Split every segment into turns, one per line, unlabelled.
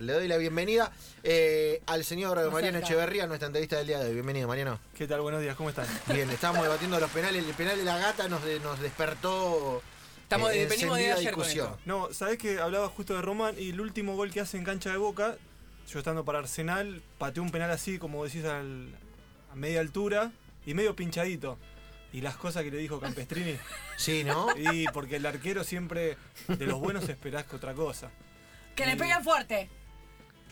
Le doy la bienvenida eh, al señor Mariano
cerca.
Echeverría, nuestra entrevista del día de hoy. Bienvenido, Mariano.
¿Qué tal? Buenos días, ¿cómo están?
Bien, estamos debatiendo los penales. El penal de la gata nos, de- nos despertó.
Estamos-
eh,
venimos de
encendida
ayer con
discusión.
No, sabés que hablaba justo de Román y el último gol que hace en cancha de Boca, yo estando para Arsenal, pateó un penal así, como decís, al- a media altura y medio pinchadito. Y las cosas que le dijo Campestrini,
Sí, ¿no?
y porque el arquero siempre de los buenos esperás que otra cosa.
Que le peguen fuerte.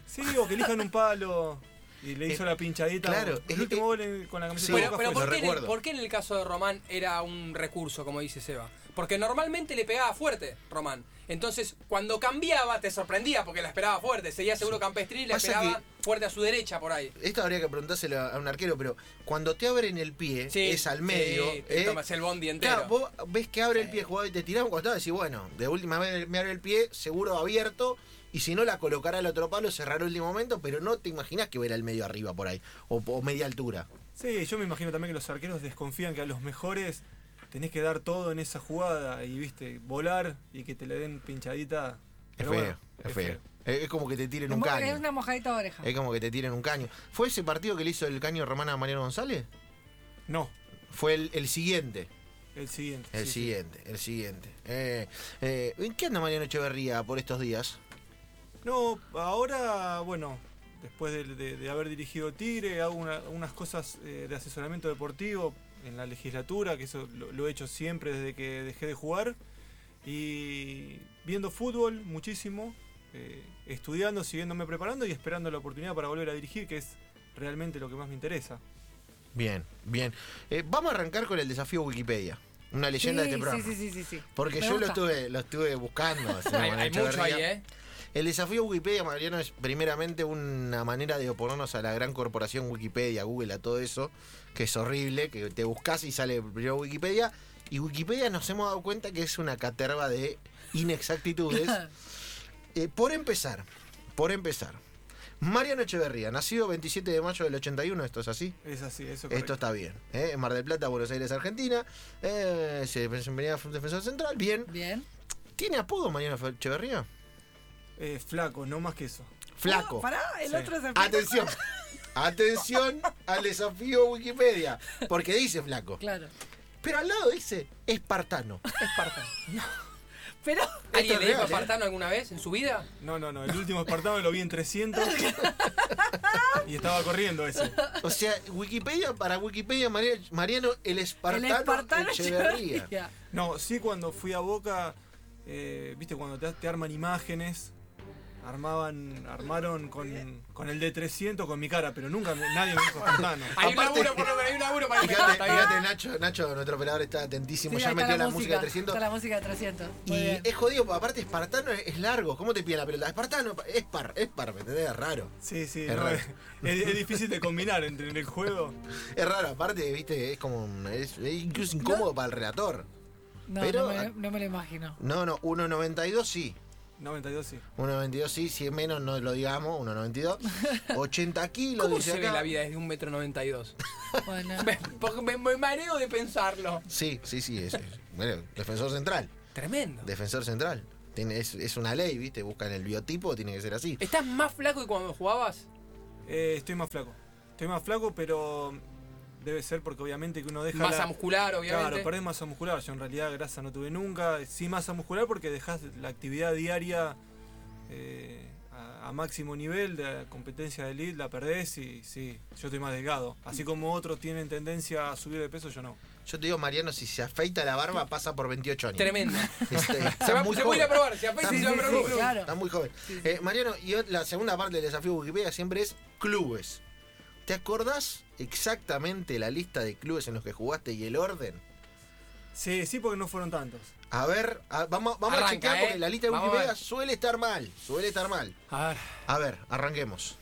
Sí, digo, que elijan un palo y le hizo
Eh,
la pinchadita.
claro,
el
eh, eh,
último gol en- con la
Sí,
camiseta de
nunca
pero
Boca
lo
fue
pero ¿por, qué en el,
recuerdo.
por qué en el caso de Román era un recurso, como dice Seba? Porque normalmente le pegaba fuerte Román. Entonces, cuando cambiaba, te sorprendía porque la esperaba fuerte. Seguía seguro Campestri y la
Pasa
esperaba
que-
fuerte a su derecha por ahí.
Esto habría que preguntárselo a a un arquero, pero cuando te abren el pie,
Sí,
es al medio.
sí, te
¿eh?
tomas el bondi entero.
Claro, vos ves que abre el pie el jugador y te tirás un costado y decís, bueno, de última vez me abre el pie, seguro abierto, y si no la colocará al otro palo, cerrará el último momento, pero no te imaginas que verá el medio arriba por ahí, o, o media altura.
Sí, yo me imagino también que los arqueros desconfían que a los mejores tenés que dar todo en esa jugada y, viste, volar y que te le den pinchadita.
Es
Pero
feo,
bueno,
es feo. Es es como que te tiren un
Vos
caño. Eh,
querés una mojadita de oreja.
Es como que te tiren un caño. ¿Fue ese partido que le hizo el caño Romana a Mariano González?
No,
Fue el, el siguiente.
el siguiente.
El
sí, sí.
siguiente, el siguiente. Eh, eh, ¿En qué anda Mariano Echeverría por estos días?
No, ahora, bueno, después de, de- de haber dirigido Tigre, hago una- unas cosas eh, de asesoramiento deportivo en la legislatura, que eso lo, lo he hecho siempre desde que dejé de jugar. Y viendo fútbol muchísimo, eh, estudiando, siguiéndome preparando y esperando la oportunidad para volver a dirigir, que es realmente lo que más me interesa.
Bien, bien. Eh, vamos a arrancar con el desafío Wikipedia. Una leyenda
sí,
de este programa.
Sí, sí, sí, sí.
Porque
Me
yo lo
gusta.
estuve, lo estuve buscando. señor
Hay,
Mariano
hay mucho ahí,
Echeverría.
¿eh?
El desafío Wikipedia, Mariano, es primeramente una manera de oponernos a la gran corporación Wikipedia, Google, a todo eso, que es horrible, que te buscas y sale primero Wikipedia. Y Wikipedia nos hemos dado cuenta que es una caterva de inexactitudes. Eh, por empezar, por empezar, Mariano Echeverría, nacido 27 de mayo del 81, esto es así.
Es así, eso es
Esto
correcto.
está bien. ¿eh? En Mar del Plata, Buenos Aires, Argentina. Eh, se desempeñaba como defensor central. Bien.
Bien.
¿Tiene apodo Mariano Echeverría?
Eh, flaco, no más que eso.
Flaco.
Oh, pará, el
Sí.
otro se
Atención. Atención al desafío Wikipedia. Porque dice flaco.
Claro.
Pero al lado dice espartano.
Espartano.
Pero.
¿Alguien
es
le dijo
real, ¿eh?
apartano alguna vez en su vida?
No, no, no, el último espartano lo vi en 300 y estaba corriendo ese.
O sea, Wikipedia para Wikipedia Maria- Mariano el espartano,
el espartano
Echeverría.
Echeverría.
No, sí cuando fui a Boca, eh, viste, cuando te, te arman imágenes, armaban, armaron con, con el de 300 con mi cara, pero nunca me- nadie me dijo espartano.
Hay un
Aparte-
laburo, por lo menos, hay un laburo para el
Fíjate,
está bien.
fíjate, Nacho, Nacho, nuestro operador está atentísimo.
Sí,
ya
ahí está
metió la, música de 300.
Está la música de 300. Muy
Y eh,
bien.
es jodido, porque aparte espartano es, es largo. ¿Cómo te pide la pelota? Espartano es par, es par, ¿me entendés? Es raro.
Sí, sí,
Es
no,
raro.
es, es difícil de combinar entre en el juego.
Es raro, aparte, viste, es como. un- Es, es incluso incómodo para el relator.
No,
pero-
no, me, no me lo imagino.
No, no, 1.92 sí.
92 sí.
1.92 sí, si es menos no lo digamos, 1.92. 80 kilos,
¿Cómo
dice
se ve
acá.
la vida desde un metro noventa y dos?
Bueno.
Me- porque me- me mareo de pensarlo.
Sí, sí, sí, es, es- bueno, defensor central.
Tremendo.
Defensor central. Tiene- es, es una ley, viste, buscan el biotipo, tiene que ser así.
¿Estás más flaco que cuando jugabas?
Eh, estoy más flaco. Estoy más flaco, pero debe ser porque obviamente que uno deja
Masa
la-
muscular, obviamente.
Claro, perdés masa muscular. Yo en realidad grasa no tuve nunca. Sí masa muscular porque dejás la actividad diaria eh, a, a máximo nivel de la competencia de elite, la perdés y sí, yo estoy más delgado. Así como otros tienen tendencia a subir de peso, yo no.
Yo te digo, Mariano, si se afeita la barba pasa por 28 años.
Tremendo.
Este,
Se,
está
va,
muy
se puede ir a
joven.
probar, se apetece,
Sí,
se va a
sí,
probar
sí,
un club.
claro.
Está muy joven. Eh, Mariano, y ot- la segunda parte del desafío Wikipedia siempre es clubes. ¿Te acordás exactamente la lista de clubes en los que jugaste y el orden?
Sí, sí, porque no fueron tantos.
A ver, a- vamos, vamos a
Arranca,
chequear
¿eh?
porque la lista de
Vamos a
Wikipedia
ver.
suele estar mal. Suele estar mal.
A ver.
A ver, arranquemos.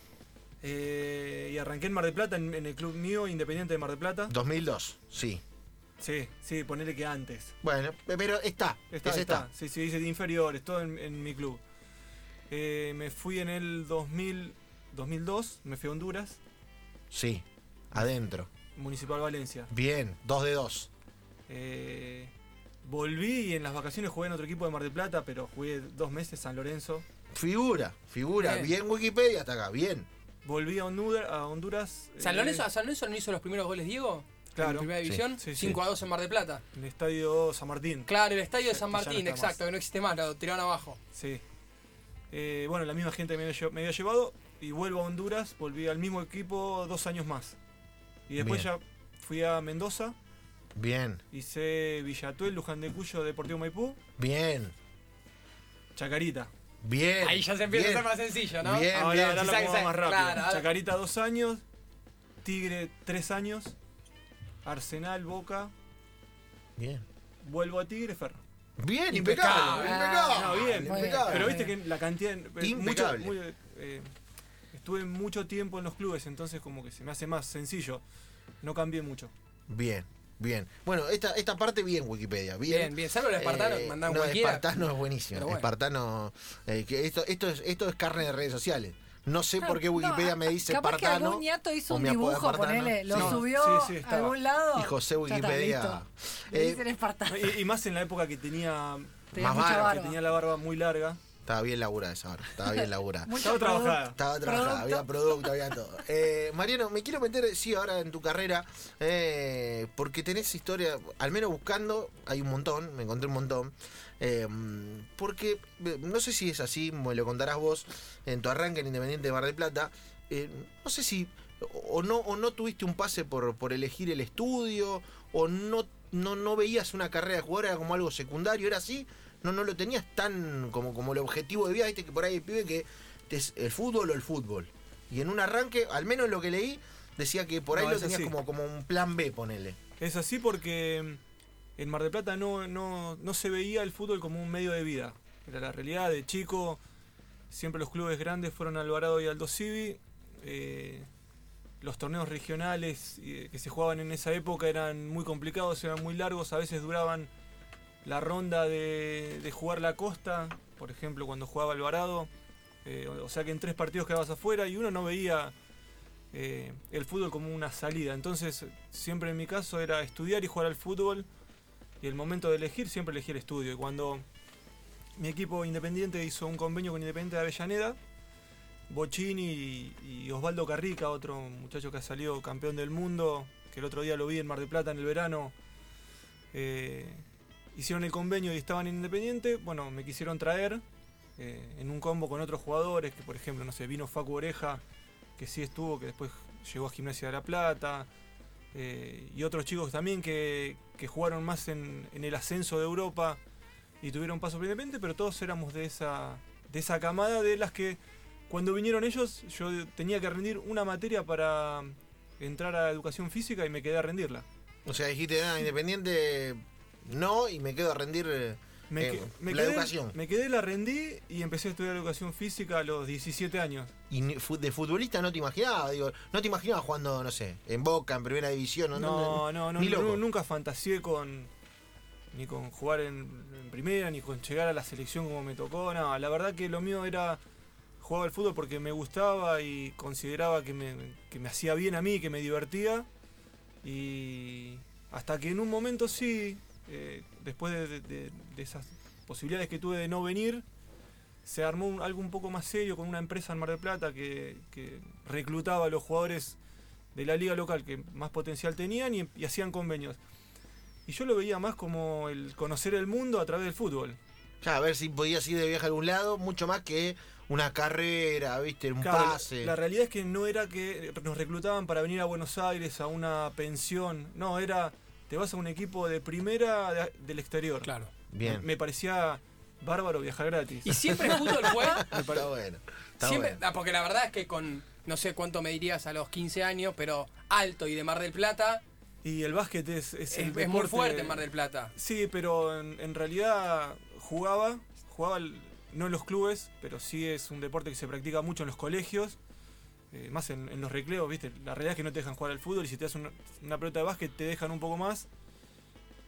eh, y arranqué en Mar del Plata, en, en el club mío, Independiente de Mar del Plata.
2002, sí.
Sí, sí, ponele que antes.
Bueno, pe- pero está.
Está,
es
está.
esta.
Sí, sí, dice de inferiores, todo en, en mi club. Eh, me fui en el 2000, 2002, me fui a Honduras,
Sí, adentro.
Municipal Valencia.
Bien, dos de dos.
Eh, volví y en las vacaciones jugué en otro equipo de Mar del Plata, pero jugué dos meses San Lorenzo.
Figura, figura.
Eh.
Bien Wikipedia hasta acá, bien.
Volví a Honduras. A Honduras
¿San
eh,
Lorenzo, ¿A San Lorenzo no hizo los primeros goles Diego? En
Claro.
primera
Sí,
división,
sí, sí.
5 a 2 en Mar de Plata.
En el estadio San Martín.
Claro, el estadio de
Ya-
San
ya no
Martín,
está más.
exacto, que no existe más, lo tiraron abajo.
Sí. Eh, bueno, la misma gente que me había, lle- me había llevado y vuelvo a Honduras, volví al mismo equipo dos años más. Y después
Bien.
ya fui a Mendoza,
Bien,
hice Villatuel, Luján de Cuyo, Deportivo Maipú,
bien,
Chacarita.
bien.
Ahí ya se empieza
bien.
a ser más sencillo, ¿no?
Bien,
ahora
bien.
ahora
Sí,
lo
sabe,
pongo
sabe.
más rápido.
Claro, ahora-
Chacarita dos años, Tigre tres años, Arsenal, Boca,
Bien.
vuelvo a Tigre, Ferro.
Bien, impecable.
Impecable.
Impecable.
Ah, no, bien.
impecable.
Muy bien.
Pero viste que la cantidad... eh, mucha-
Inmuchable.
muy, eh, estuve mucho tiempo en los clubes, entonces como que se me hace más sencillo. No cambié mucho.
Bien, bien. Bueno, esta, esta parte bien Wikipedia, bien.
Bien, bien, salvo los espartanos,
Eh,
mandaban
no,
cualquiera.
Espartano es buenísimo.
Pero bueno.
Espartano, eh, que esto, esto, es, esto es carne de redes sociales. No sé por qué
Ah, No,
Wikipedia
a-
me dice
capaz
espartano.
que algún nieto hizo
o
un
mi apodo
dibujo,
espartano.
ponele, lo
No,
subió
sí, sí,
a
estaba.
algún lado.
Y José
ya está,
Wikipedia.
listo. Le
eh,
dicen espartano.
Y, y más en la época que tenía,
Tenía
más
mucha
barba,
que
barba.
tenía la barba muy larga.
estaba bien laburada esa hora. Estaba bien laburada.
Mucho
Estaba
producto.
trabajada.
Estaba trabajada,
Producto.
había producto, había todo. Eh, Mariano, me quiero meter, sí, ahora en tu carrera, eh, porque tenés historia, al menos buscando, hay un montón, me encontré un montón. eh, porque, eh, no sé si es así, me lo contarás vos, en tu arranque en Independiente de Mar del Plata, eh, no sé si, o no, o no tuviste un pase por, por elegir el estudio, o no, no, no veías una carrera de jugador, era como algo secundario, era así, no, no lo tenías tan como, como el objetivo de vida, viste que por ahí el pibe que es el fútbol o el fútbol. Y en un arranque, al menos lo que leí, decía que por ahí
No,
lo
es
tenías
así.
como, como un plan B, ponele.
Es así porque mm, en Mar del Plata no, no, no se veía el fútbol como un medio de vida. Era la realidad de chico. Siempre los clubes grandes fueron Alvarado y Aldo Civi. Eh, los torneos regionales eh, que se jugaban en esa época eran muy complicados, eran muy largos. A veces duraban la ronda de, de jugar la costa, por ejemplo, cuando jugaba Alvarado. Eh, o o sea que en tres partidos quedabas afuera y uno no veía eh, el fútbol como una salida. Entonces, siempre en mi caso era estudiar y jugar al fútbol. Y el momento de elegir, siempre elegí el estudio. Y cuando mi equipo independiente hizo un convenio con Independiente de Avellaneda, Bochini y, y Osvaldo Carrica, otro muchacho que ha salido campeón del mundo, que el otro día lo vi en Mar del Plata en el verano, eh, hicieron el convenio y estaban en Independiente. Bueno, me quisieron traer eh, en un combo con otros jugadores, que por ejemplo, no sé, vino Facu Oreja, que sí estuvo, que después llegó a Gimnasia de la Plata, eh, y otros chicos también que, que jugaron más en, en el ascenso de Europa y tuvieron paso por Independiente, pero todos éramos de esa, de esa camada de las que cuando vinieron ellos yo tenía que rendir una materia para mm, entrar a educación física y me quedé a rendirla.
O sea, dijiste, ah, independiente, no, y me quedo a rendir. eh,
Me,
Eh,
que- me
la
quedé,
educación.
Me quedé, la rendí y empecé a estudiar educación física a los 17 años.
Y ni- fu- de futbolista no te imaginaba, digo, no te imaginaba jugando, no sé, en Boca, en Primera División, no,
No, no, no,
ni
nu-
loco.
nunca fantaseé con ni con jugar en, en primera, ni con llegar a la selección como me tocó, nada. La verdad que lo mío era jugaba al fútbol porque me gustaba y consideraba que me, que me hacía bien a mí, que me divertía. Y hasta que en un momento sí, eh, después de, de- de- de esas posibilidades que tuve de no venir, se armó un- algo un poco más serio con una empresa en Mar del Plata que, que reclutaba a los jugadores de la liga local que más potencial tenían y, y hacían convenios. Y yo lo veía más como el conocer el mundo a través del fútbol.
Ya, a ver si podías ir de viaje a algún lado, mucho más que una carrera, viste, un
Claro, la-
pase.
La realidad es que no era que nos reclutaban para venir a Buenos Aires a una pensión. No, era te vas a un equipo de primera de- del exterior.
Claro.
Bien,
Me parecía bárbaro viajar gratis.
Y siempre fútbol fue.
Ah, está bueno. Está
siempre-
bueno.
ah, porque la verdad es que con, no sé cuánto me dirías a los 15 años, pero alto y de Mar del Plata,
Y el básquet es, es,
es,
el
es muy
deporte-
fuerte en Mar del Plata.
Sí, pero en, en realidad jugaba, jugaba al- no en los clubes, pero sí es un deporte que se practica mucho en los colegios, eh, más en, en los recreos, ¿viste? La realidad es que no te dejan jugar al fútbol y si te das una, una pelota de básquet te dejan un poco más,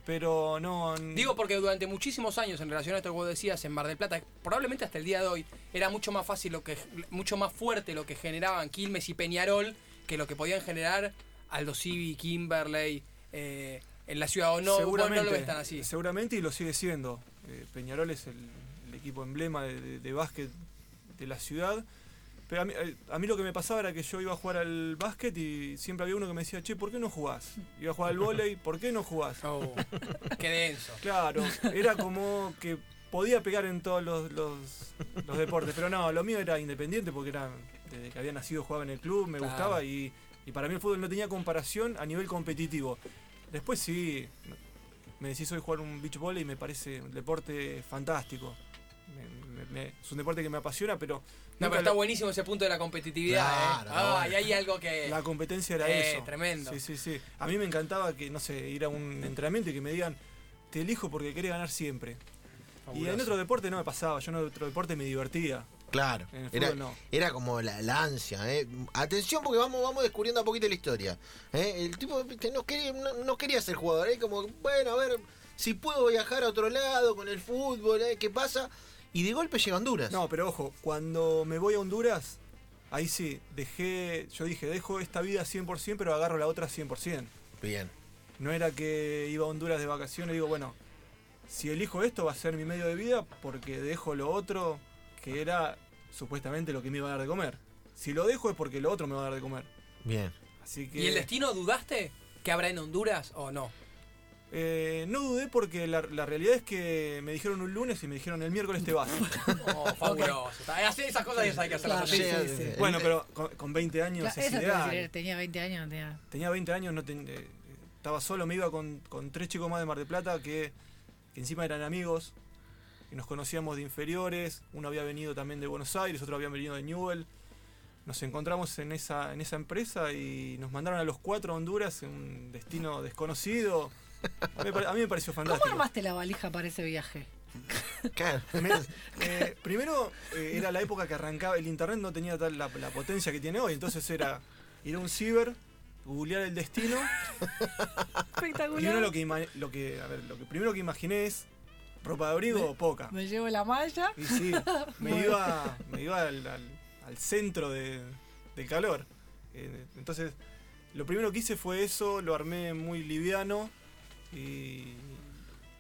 pero no... n-
Digo porque durante muchísimos años, en relación a esto que vos decías, en Mar del Plata, probablemente hasta el día de hoy, era mucho más fácil, lo que, mucho más fuerte lo que generaban Quilmes y Peñarol que lo que podían generar Aldo Civi, Kimberley, eh, en la ciudad o no. vos no lo ves tan así.
Seguramente y lo sigue siendo. Eh, Peñarol es el, el equipo emblema de, de- de básquet de la ciudad. Pero a mí, eh, a mí lo que me pasaba era que yo iba a jugar al básquet y siempre había uno que me decía, che, ¿por qué no jugás? Iba a jugar al volei, ¿por qué no jugás?
Oh, qué denso.
Claro, era como que podía pegar en todos los, los- los deportes, pero no, lo mío era independiente porque era desde que había nacido jugaba en el club, me
Claro.
gustaba y, y para mí el fútbol no tenía comparación a nivel competitivo. Después sí, me decís hoy jugar un beach volley y me parece un deporte fantástico. Me- me- me- es un deporte que me apasiona, pero,
No,
nunca
pero está
la-
buenísimo ese punto de la competitividad.
Claro,
¿eh?
está
Ah, y hay algo que.
la competencia era
Eh,
eso.
tremendo.
Sí, sí, sí. A mí me encantaba que, no sé, ir a un entrenamiento y que me digan, te elijo porque querés ganar siempre. Y en
Fabuloso.
otro deporte no me pasaba, yo en otro deporte me divertía.
Claro.
En el
Era,
fútbol no.
era como la, la ansia. ¿eh? Atención porque vamos, vamos descubriendo a poquito la historia. ¿eh? El tipo viste, no quería, no, no quería ser jugador. ¿eh? Como, bueno, a ver si puedo viajar a otro lado con el fútbol. ¿eh? ¿Qué pasa? Y de golpe llega a Honduras.
No, pero ojo, cuando me voy a Honduras, ahí sí, dejé, yo dije, dejo esta vida 100%, pero agarro la otra 100%.
Bien.
No era que iba a Honduras de vacaciones y digo, bueno, si elijo esto va a ser mi medio de vida porque dejo lo otro que era supuestamente lo que me iba a dar de comer. Si lo dejo es porque lo otro me va a dar de comer.
Bien.
Así que
¿Y el destino dudaste que habrá en Honduras o no?
eh, no dudé porque la, la realidad es que me dijeron un lunes y me dijeron el miércoles te vas.
Oh, fabuloso. Está- hacer Esas cosas hay que
Ah,
hacerlas
Claro.
así.
Llega-
sí, sí.
bueno, pero con, con 20 años
Claro,
es
eso te iba a
ideal.
decir, tenía 20 años, no tenía.
Tenía 20 años, no ten- eh, estaba solo, me iba con, con tres chicos más de Mar del Plata que, que encima eran amigos, que nos conocíamos de inferiores, uno había venido también de Buenos Aires, otro había venido de Newell. Nos encontramos en esa, en esa empresa y nos mandaron a los cuatro a Honduras, en un destino desconocido. A mí, me pare- a mí me pareció
¿Cómo
fantástico.
armaste la valija para ese viaje?
Claro.
Eh, primero, eh, era la época que arrancaba, el internet no tenía tal la, la potencia que tiene hoy, entonces era ir a un ciber, googlear el destino.
Espectacular.
Y uno lo que, ima- lo que, a ver, lo que primero que imaginé es ropa de abrigo o poca.
Me llevo la malla.
Y sí, me iba, me iba al, al- al centro de- del calor. Eh, Entonces, lo primero que hice fue eso, lo armé muy liviano y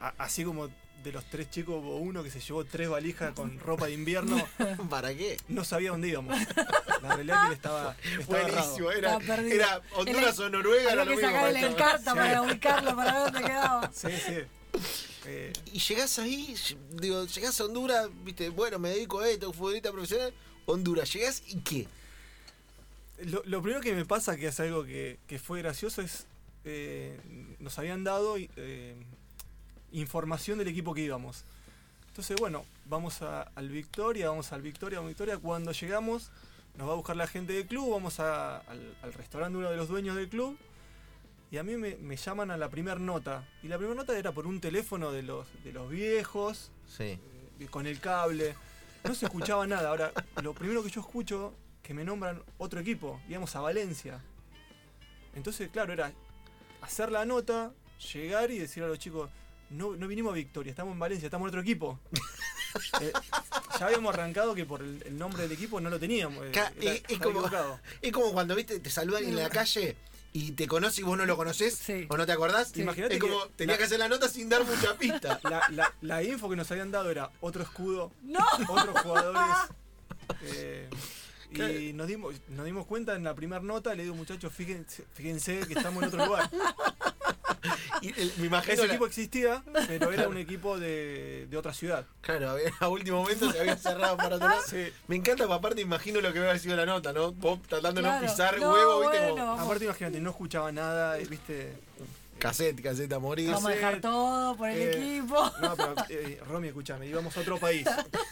a- así como de los tres chicos hubo uno que se llevó tres valijas con ropa de invierno,
¿Para qué?
no sabía dónde íbamos. La realidad es que le estaba, le estaba errado.
Buenísimo. Era,
Estaba perdido.
era Honduras o Noruega. Era
Había
lo
que
mismo para
sacar la
esta-
encarta para ubicarlo, para ver dónde quedaba.
Sí, sí. Eh,
Y llegás ahí, digo, llegás a Honduras, viste, bueno, me dedico a esto, futbolista profesional. Honduras, llegás y qué?
Lo, lo primero que me pasa, que es algo que, que fue gracioso, es. eh, nos habían dado eh, información del equipo que íbamos. Entonces, bueno, vamos a- al Victoria, vamos al Victoria, vamos al Victoria. Cuando llegamos, nos va a buscar la gente del club, vamos a- al, al restaurante de uno de los dueños del club. Y a mí me, me llaman a la primera nota. Y la primera nota era por un teléfono de los, de los viejos,
Sí.
eh, con el cable. No se escuchaba nada. Ahora, lo primero que yo escucho que me nombran otro equipo. Íbamos a Valencia. Entonces, claro, era hacer la nota, llegar y decir a los chicos, no, no vinimos a Victoria, estamos en Valencia, estamos en otro equipo. Eh, ya habíamos arrancado que por el, el nombre del equipo no lo teníamos. eh,
Ca-
era-
es- es
estaba
como-
equivocado.
Es como cuando viste te saludan en la calle y te conoce y vos no lo conocés
Sí.
o no te acordás.
Sí.
Imagínate
Es como
que
tenía
la-
que hacer la nota sin dar mucha pista.
La, la- la info que nos habían dado era otro escudo,
No.
otros jugadores. eh, y nos dimos, nos dimos cuenta en la primera nota, le digo, muchachos, fíjense, fíjense que estamos en otro lugar.
Y el- me imagino.
Ese
la-
equipo existía, pero era un equipo de, de otra ciudad.
Claro, había- a último momento se había cerrado para atrás. Me encanta, porque aparte imagino lo que hubiera sido la nota, ¿no? Vos tratando de
Claro.
no pisar
No,
huevo, viste, como
bueno.
Aparte, imagínate, no escuchaba nada, eh, viste.
cassette, cassette a morir.
Vamos a dejar todo por el
Eh,
equipo.
No, pero eh, Romy, escúchame, íbamos a otro país,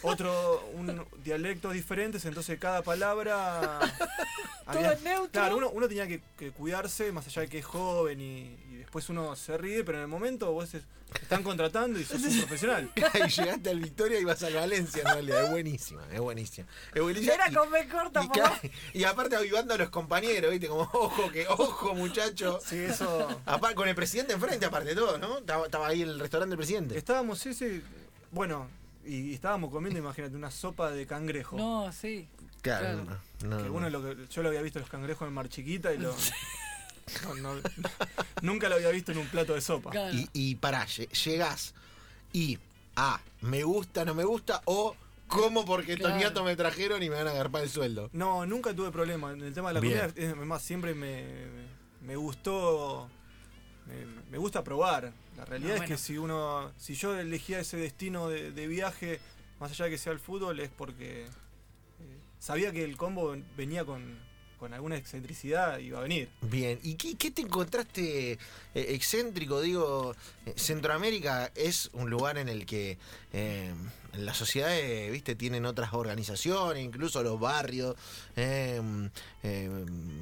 otro, un dialectos diferentes, entonces cada palabra.
es neutro.
Claro, uno, uno tenía que, que cuidarse, más allá de que es joven y, y después uno se ríe, pero en el momento vos es- te están contratando y sos un profesional.
y llegaste al Victoria y vas al Valencia en realidad. Es buenísima, es buenísima. Es buenísima.
Era
Y-
con B corta,
y,
por
claro, y aparte avivando a los compañeros, viste, como ojo, que ojo, muchacho.
Sí, eso.
Apar- con el presidente enfrente, aparte de todo, ¿no? Estaba, estaba ahí el restaurante del presidente.
Estábamos, sí, sí. Bueno, y estábamos comiendo, imagínate, una sopa de cangrejo.
No, sí.
Claro,
Claro.
no, no,
Que
no.
uno lo que- yo lo había visto en los cangrejos en Mar Chiquita y lo. no, no- nunca lo había visto en un plato de sopa.
Claro.
ah, Y, y pará, lle- llegás y A, me gusta, no me gusta, o como porque
Claro.
Toniato me trajeron y me van a agarpar el sueldo.
No, nunca tuve problema en el tema de la
Bien.
comida. Es más, siempre me, me gustó. Me, me gusta probar. La realidad es
bueno.
que si uno. Si yo elegía ese destino de, de viaje, más allá de que sea el fútbol, es porque. eh, sabía que el combo ven- venía con, con alguna excentricidad y iba a venir.
Bien, ¿y qué, qué te encontraste eh, excéntrico? Digo, eh, Centroamérica es un lugar en el que eh, las sociedades, viste, tienen otras organizaciones, incluso los barrios, eh, eh,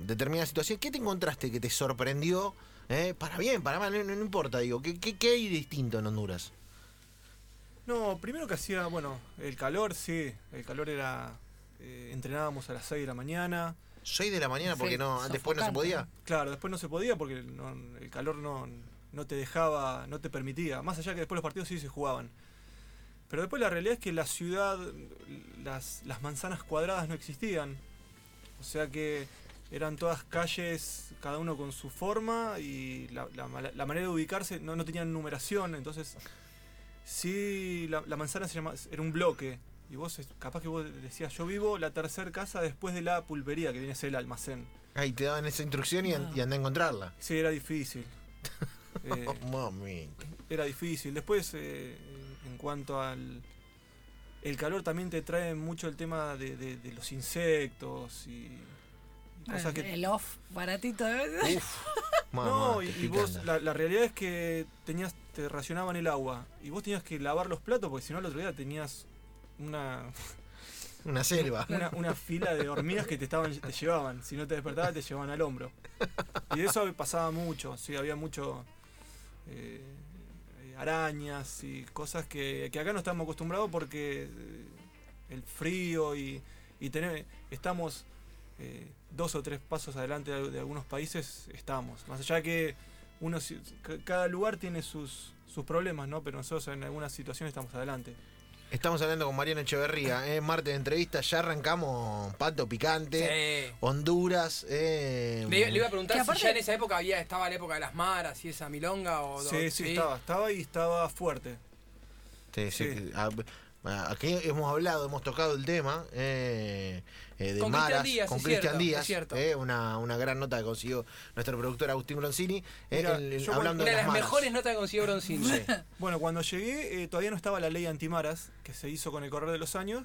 determinada situación. ¿Qué te encontraste que te sorprendió? eh, para bien, para mal, no, no- no importa, digo, ¿qué, qué, qué hay distinto en Honduras?
No, primero que hacía, bueno, el calor, sí. El calor era. eh, entrenábamos a las 6 de la mañana.
6 de la mañana porque
Sí,
no, después no se
sofocante,
podía.
Claro, después no se podía porque no- el calor no, no te dejaba, no te permitía. Más allá que después los partidos sí se jugaban. Pero después la realidad es que la ciudad, las, las manzanas cuadradas no existían. O sea que eran todas calles, cada uno con su forma y la, la ma- la manera de ubicarse no, no tenían numeración. Entonces, sí, la, la manzana se llama, era un bloque. Y vos, es- capaz que vos decías, yo vivo la tercera casa después de la pulpería, que viene a ser el almacén.
Ahí te daban esa instrucción y,
Ah.
an- y andá a encontrarla.
Sí, era difícil. Eh,
Oh, mami.
era difícil. Después, eh, en cuanto al. El calor también te trae mucho el tema de, de- de los insectos y. y cosas
Ah, El,
que.
el off baratito. ¿eh?
Mamá,
No, y,
te
y vos,
picanda.
la, la realidad es que tenías, te racionaban el agua y vos tenías que lavar los platos porque si no, el otro día tenías una,
Una selva.
una, una fila de hormigas que te estaban te llevaban. Si no te despertabas, te llevaban al hombro. Y eso pasaba mucho, sí, había mucho eh, eh, arañas y cosas que, que acá no estamos acostumbrados porque eh, el frío y, y tener- estamos eh, dos o tres pasos adelante de, de algunos países, estamos. Más allá que uno, si- ca- cada lugar tiene sus, sus problemas, ¿no? Pero nosotros en algunas situaciones estamos adelante.
Estamos hablando con Mariano Echeverría, ¿eh? martes de entrevista, ya arrancamos Pato Picante,
Sí.
Honduras, eh,
Le, le iba a
Que
preguntar
aparte-
si ya en esa época había, estaba la época de las maras y esa milonga o...
Sí, sí,
o-
estaba, estaba y estaba fuerte.
te-
sí.
este, a- a- aquí hemos hablado, hemos tocado el tema eh, eh, de
Con Cristian
Maras
Díaz,
con
es
Cristian
cierto,
Díaz,
es cierto.
eh, una, una gran nota que consiguió nuestro productor Agustín Broncini, eh,
Mira,
el- el-
yo
hablando
Una de las
Maras.
mejores notas que consiguió Bronzini.
Sí.
Bueno, cuando llegué eh, todavía no estaba la ley antimaras, que se hizo con el correr de los años,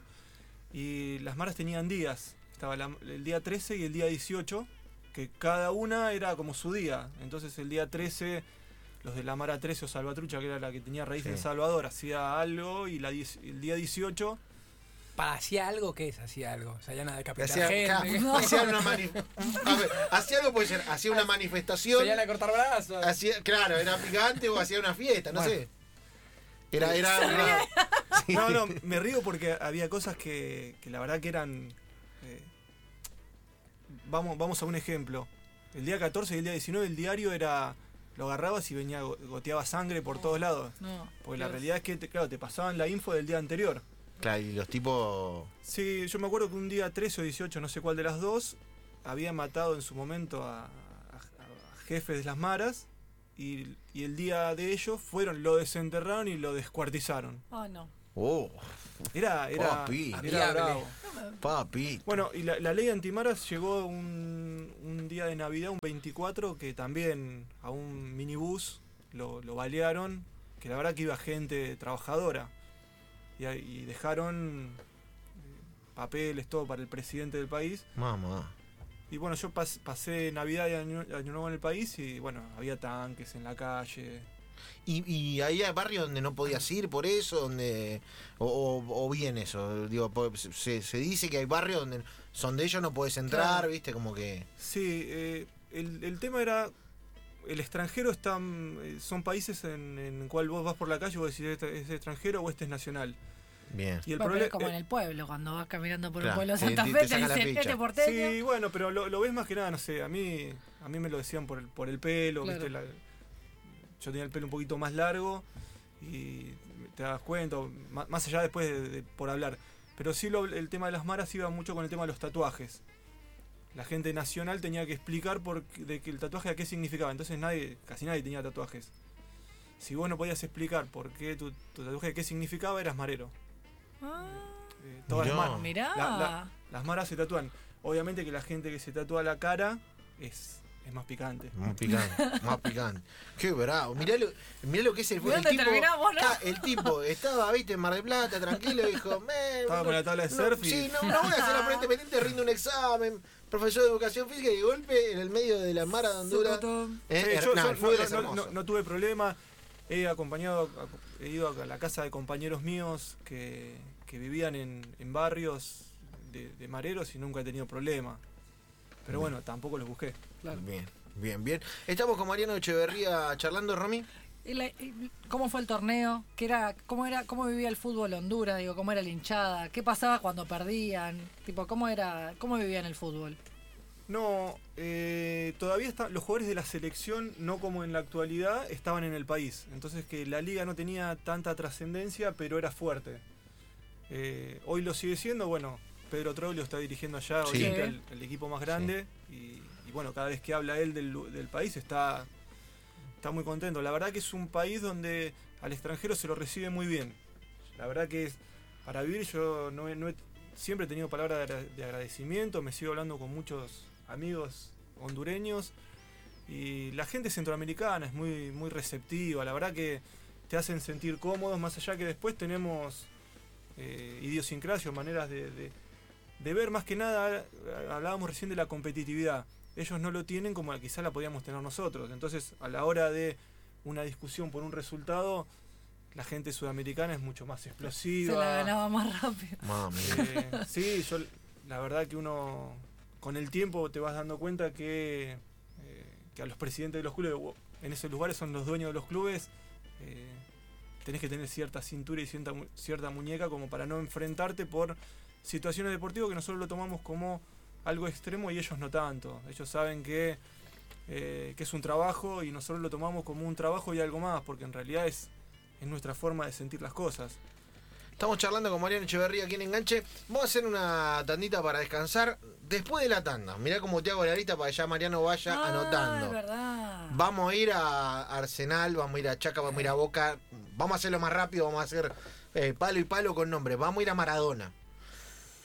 y las maras tenían días. Estaba la- el día 13 y el día 18, que cada una era como su día. Entonces el día 13, los de la Mara 13 o Salvatrucha, que era la que tenía raíz
Sí.
en Salvador, hacía algo, y la diez- el día 18
Para hacía algo, ¿qué es? Hacía algo. O sea, ya nada de
Que
capital
Hacía, ca-
gente.
hacía una mani- a ver, hacía algo puede ser, hacía una manifestación,
Sería la cortar brazos.
hacía, claro, era picante o hacía una fiesta, no
Bueno.
sé. Era, era raro. Sí.
No, no, me río porque había cosas que, que la verdad que eran. eh, vamos, vamos a un ejemplo. El día 14 y el día 19 el diario era. Lo agarrabas y venía, go- goteaba sangre por todos lados.
No.
Porque Pues la realidad es que, te- claro, te pasaban la info del día anterior.
Claro, y los tipos.
Sí, yo me acuerdo que un día 13 o 18, no sé cuál de las dos, había matado en su momento a, a- a jefes de las maras. Y, y el día de ellos fueron, lo desenterraron y lo descuartizaron.
Oh, no.
Oh,
Era, era,
Papi.
era
Amigable.
bravo.
papi.
Bueno, y la, la ley antimaras llegó un, un día de Navidad, un 24, que también a un minibús lo, lo balearon, que la verdad que iba gente trabajadora. Y, ahí- y dejaron eh, papeles, todo para el presidente del país.
Mamá.
Y bueno, yo pas- pasé Navidad y año, Año nuevo en el país y bueno, había tanques en la calle.
¿Y, y había barrios donde no podías ir por eso? donde O, o- o bien eso. Digo, po- se, se dice que hay barrios donde son de ellos no puedes entrar,
Claro.
¿viste? Como que.
Sí, eh, el, el tema era. El extranjero está, mm, eh, son países en, en cual vos vas por la calle y vos decís, este es extranjero o este es nacional.
Bien.
Y el
Bueno, pero es
problema.
como en el pueblo, cuando vas caminando por
Claro,
un pueblo de
te-
Santa
te-
Fe,
te
te
saca la
dicen,
ficha.
este porteño.
Sí, bueno, pero lo, lo ves más que nada, no sé, a mí, a mí me lo decían por el, por el pelo,
Claro.
¿viste? La- yo tenía el pelo un poquito más largo y te das cuenta, o ma- más allá después de, de- por hablar. Pero sí lo- el tema de las maras iba mucho con el tema de los tatuajes. La gente nacional tenía que explicar por, qué- de que el tatuaje a qué significaba. Entonces nadie, casi nadie tenía tatuajes. Si vos no podías explicar por qué tu, tu tatuaje qué significaba, eras marero.
Ah,
eh, todas las
Mirá.
manos.
Mirá.
La- la- las maras se tatúan. Obviamente que la gente que se tatúa la cara es, es más picante.
Más picante, más picante. Qué bravo. Mirá lo, mirá lo que es el,
Mirá
el
dónde
tipo.
terminamos, ¿no?
Ah, el tipo estaba, viste, en Mar del Plata, tranquilo, y dijo, "Me,
Estaba con la tabla de surf y-
Sí, no, no voy a hacer la pendiente, rindo un examen, profesor de educación física, y de golpe en el medio de la mara de Honduras.
Socotón.
Eh, her-
Sí, yo-
no,
yo
el fútbol
no-
es
no-
hermoso.
no- no tuve problema. He acompañado, a- he ido a la casa de compañeros míos que, que vivían en, en barrios de, de mareros y nunca he tenido problema. Pero bueno, tampoco los busqué.
Claro.
Bien, bien, bien. Estamos con Mariano Echeverría charlando, Romy.
Y la- y ¿Cómo fue el torneo? ¿Qué era, cómo, era, ¿Cómo vivía el fútbol Honduras? Digo, ¿Cómo era la hinchada? ¿Qué pasaba cuando perdían? Tipo, ¿Cómo era cómo vivían el fútbol?
No, eh, todavía está, los jugadores de la selección, no como en la actualidad, estaban en el país. Entonces que la liga no tenía tanta trascendencia, pero era fuerte. Eh, hoy lo sigue siendo, bueno, Pedro Troglio está dirigiendo allá,
Sí.
obviamente,
Sí.
al- el, equipo más grande. Y, y bueno, cada vez que habla él del, lu- del país está, está muy contento. La verdad que es un país donde al extranjero se lo recibe muy bien. La verdad que es, para vivir yo no he- no he siempre he tenido palabras de, agra- de agradecimiento, me sigo hablando con muchos amigos hondureños y la gente centroamericana es muy, muy receptiva, la verdad que te hacen sentir cómodos, más allá que después tenemos eh, idiosincrasias, maneras de, de- de ver, más que nada, hablábamos recién de la competitividad, ellos no lo tienen como quizá la podíamos tener nosotros, entonces a la hora de una discusión por un resultado, la gente sudamericana es mucho más
Se
explosiva.
la ganaba más rápido.
Mami.
Eh, sí, yo la verdad que uno con el tiempo te vas dando cuenta que, eh, que a los presidentes de los clubes, o en esos lugares son los dueños de los clubes, eh, tenés que tener cierta cintura y cierta, mu- cierta muñeca como para no enfrentarte por situaciones deportivas que nosotros lo tomamos como algo extremo y ellos no tanto. Ellos saben que, eh, que es un trabajo y nosotros lo tomamos como un trabajo y algo más, porque en realidad es, es nuestra forma de sentir las cosas.
Estamos charlando con Mariano Echeverría aquí en Enganche. Vamos a hacer una tandita para descansar después de la tanda. Mirá cómo te hago la lista para que ya Mariano vaya
Ah, es
anotando.
verdad.
Vamos a ir a Arsenal, vamos a ir a Chaca, vamos a ir a Boca. Vamos a hacerlo más rápido, vamos a hacer eh, palo y palo con nombre. Vamos a ir a Maradona.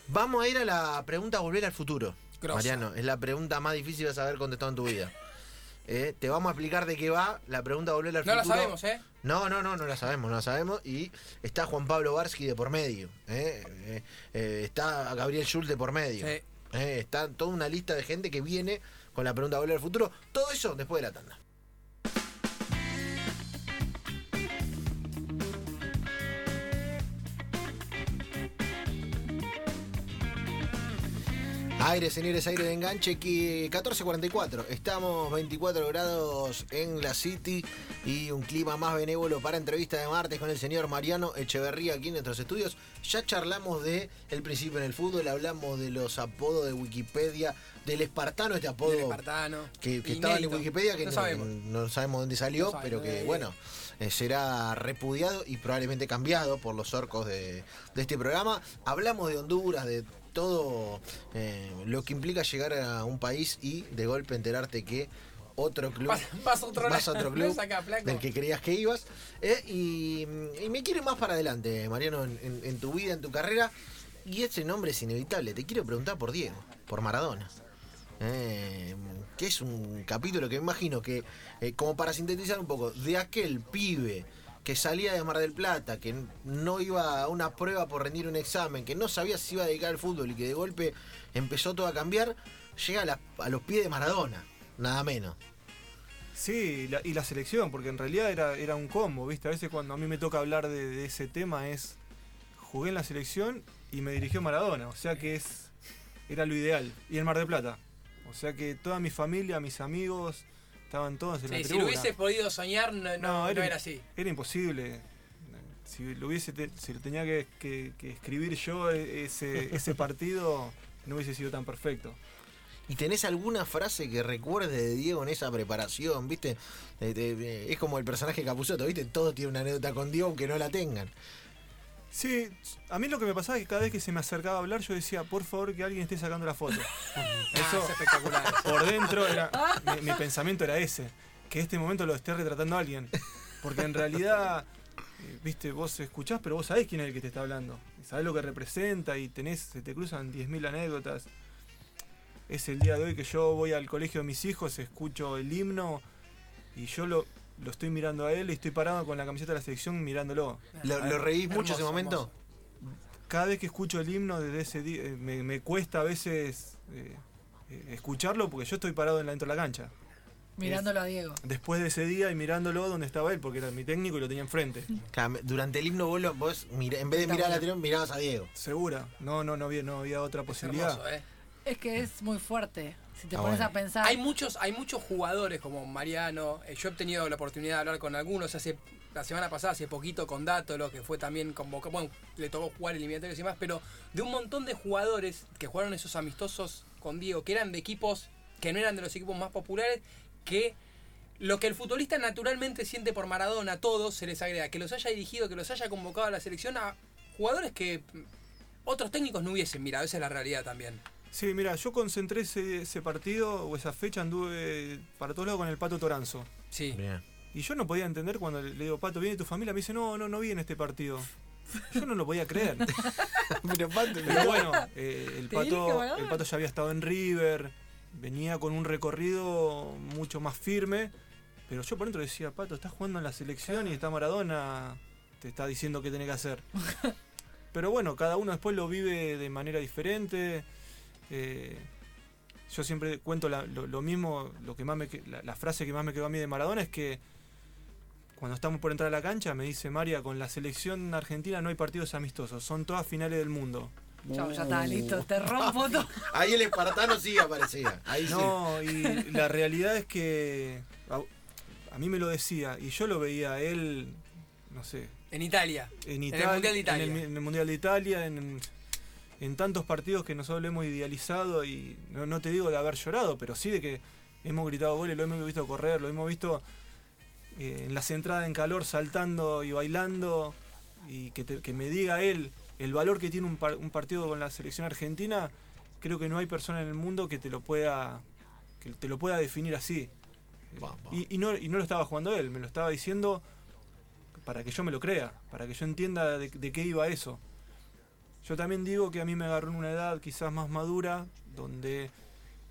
Vamos a ir a la pregunta Volver al futuro.
Grosa.
Mariano, es la pregunta más difícil de saber contestado en tu vida. Eh, te vamos a explicar de qué va la pregunta Volver al
No la
futuro.
sabemos, ¿eh?
No, no, no, no la sabemos, no la sabemos. Y está Juan Pablo Barsky de por medio. ¿eh? Eh, eh, está Gabriel Schulz de por medio.
Sí.
Eh, está toda una lista de gente que viene con la pregunta de volver al futuro. Todo eso después de la tanda. Aire, señores, aire de enganche, que 14.44. Estamos 24 grados en la City y un clima más benévolo para entrevista de martes con el señor Mariano Echeverría aquí en nuestros estudios. Ya charlamos de el principio en el fútbol, hablamos de los apodos de Wikipedia, del espartano, este apodo
Del espartano.
que, que estaba en
Inédito.
Wikipedia, que
no,
no,
sabemos.
no sabemos dónde salió,
No sabe-
pero que
eh.
bueno, eh, será repudiado y probablemente cambiado por los orcos de, de este programa. Hablamos de Honduras, de todo eh, lo que implica llegar a un país y de golpe enterarte que otro club
Vas, vas a otro,
vas a
lado.
otro club
Ves acá, flaco.
del que creías que ibas. eh, y, y me quiere más para adelante, Mariano, en, en- en tu vida, en tu carrera. Y ese nombre es inevitable. Te quiero preguntar por Diego, por Maradona. Eh, que es un capítulo que me imagino que, eh, como para sintetizar un poco, de aquel pibe que salía de Mar del Plata, que no iba a una prueba por rendir un examen, que no sabía si iba a dedicar al fútbol y que de golpe empezó todo a cambiar, llega a, la- a los pies de Maradona, nada menos.
Sí, y la, y la selección, porque en realidad era, era un combo, ¿viste? A veces cuando a mí me toca hablar de, de ese tema es, jugué en la selección y me dirigió Maradona, o sea que es era lo ideal. Y en Mar del Plata, o sea que toda mi familia, mis amigos, estaban todos en la
Sí, si lo
tribuna.
hubiese podido soñar, no, no- no era, así.
Era imposible. Si lo hubiese te- si lo tenía que, que- que escribir yo e- ese, ese partido, no hubiese sido tan perfecto.
¿Y tenés alguna frase que recuerde de Diego en esa preparación? ¿Viste? Eh, te- eh, es como el personaje Capuzoto, ¿viste? Todos tienen una anécdota con Diego aunque no la tengan.
Sí, a mí lo que me pasaba es que cada vez que se me acercaba a hablar yo decía, por favor que alguien esté sacando la foto. Ah,
Eso
Eso
Ah, es espectacular.
por dentro era, mi, mi pensamiento era ese, que este momento lo esté retratando alguien. Porque en realidad eh, viste, vos escuchás, pero vos sabés quién es el que te está hablando. Y sabés lo que representa y tenés, se te cruzan 10.000 anécdotas. Es el día de hoy que yo voy al colegio de mis hijos, escucho el himno y yo lo, lo estoy mirando a él y estoy parado con la camiseta de la selección mirándolo.
¿Lo, lo reís mucho ese
Hermoso,
momento?
Cada vez que escucho el himno desde ese día, eh, me, me cuesta a veces eh, eh, escucharlo porque yo estoy parado en la, dentro de la cancha.
mirándolo a Diego.
Después de ese día y mirándolo donde estaba él, porque era mi técnico y lo tenía enfrente.
Claro, Durante el himno vos, lo- vos mirá- en vez de
Está
mirar a la
bueno.
televisión, mirabas a Diego.
Segura. No, no, no había, no había otra
Es
posibilidad.
hermoso, ¿eh?
Es que es muy fuerte. Si te
Ah,
pones
bueno.
a pensar.
Hay muchos, hay muchos jugadores como Mariano. eh, yo he tenido la oportunidad de hablar con algunos. Hace la semana pasada, hace poquito, con Dátolo, que fue también convocado. Bueno, le tocó jugar eliminatorios y más, pero de un montón de jugadores que jugaron esos amistosos con Diego, que eran de equipos que no eran de los equipos más populares, que lo que el futbolista naturalmente siente por Maradona, a todos se les agrega. Que los haya dirigido, que los haya convocado a la selección, a jugadores que mm, otros técnicos no hubiesen mirado. Esa es la realidad también.
Sí, mira, yo concentré ese, ese partido o esa fecha, anduve para todos lados con el Pato Toranzo.
Sí.
Mirá.
Y yo no podía entender cuando le digo, Pato, ¿viene tu familia? Me dice, no, no, no viene este partido. Yo no lo podía creer.
Pero Pato,
Pero bueno, eh, el,
Te dije,
pato,
Maradona.
el Pato ya había estado en River, venía con un recorrido mucho más firme, pero yo por dentro decía, Pato, estás jugando en la selección y está Maradona, te está diciendo qué tenés que hacer. Pero bueno, cada uno después lo vive de manera diferente. eh, yo siempre cuento la- lo, lo mismo, lo que más me, que- la, la frase que más me quedó a mí de Maradona es que cuando estamos por entrar a la cancha me dice María, con la selección argentina no hay partidos amistosos, son todas finales del mundo.
Chau, ya
Uh.
está listo. Te rompo todo.
Ahí el espartano sí aparecía. Ahí sí.
No, y la realidad es que a, a mí me lo decía y yo lo veía a él, no sé,
En Italia.
en
el
Italia,
Mundial de Italia.
en, el, en el Mundial de Italia, en, en tantos partidos que nosotros lo hemos idealizado y no, no te digo de haber llorado, pero sí de que hemos gritado goles, lo hemos visto correr, lo hemos visto eh, en las entradas en calor saltando y bailando y que, te- que me diga él el valor que tiene un, par- un partido con la selección argentina, creo que no hay persona en el mundo que te lo pueda que te lo pueda definir así.
Vamos.
Y, y no, y no lo estaba jugando él, me lo estaba diciendo para que yo me lo crea, para que yo entienda de, de qué iba eso. Yo también digo que a mí me agarró en una edad quizás más madura, donde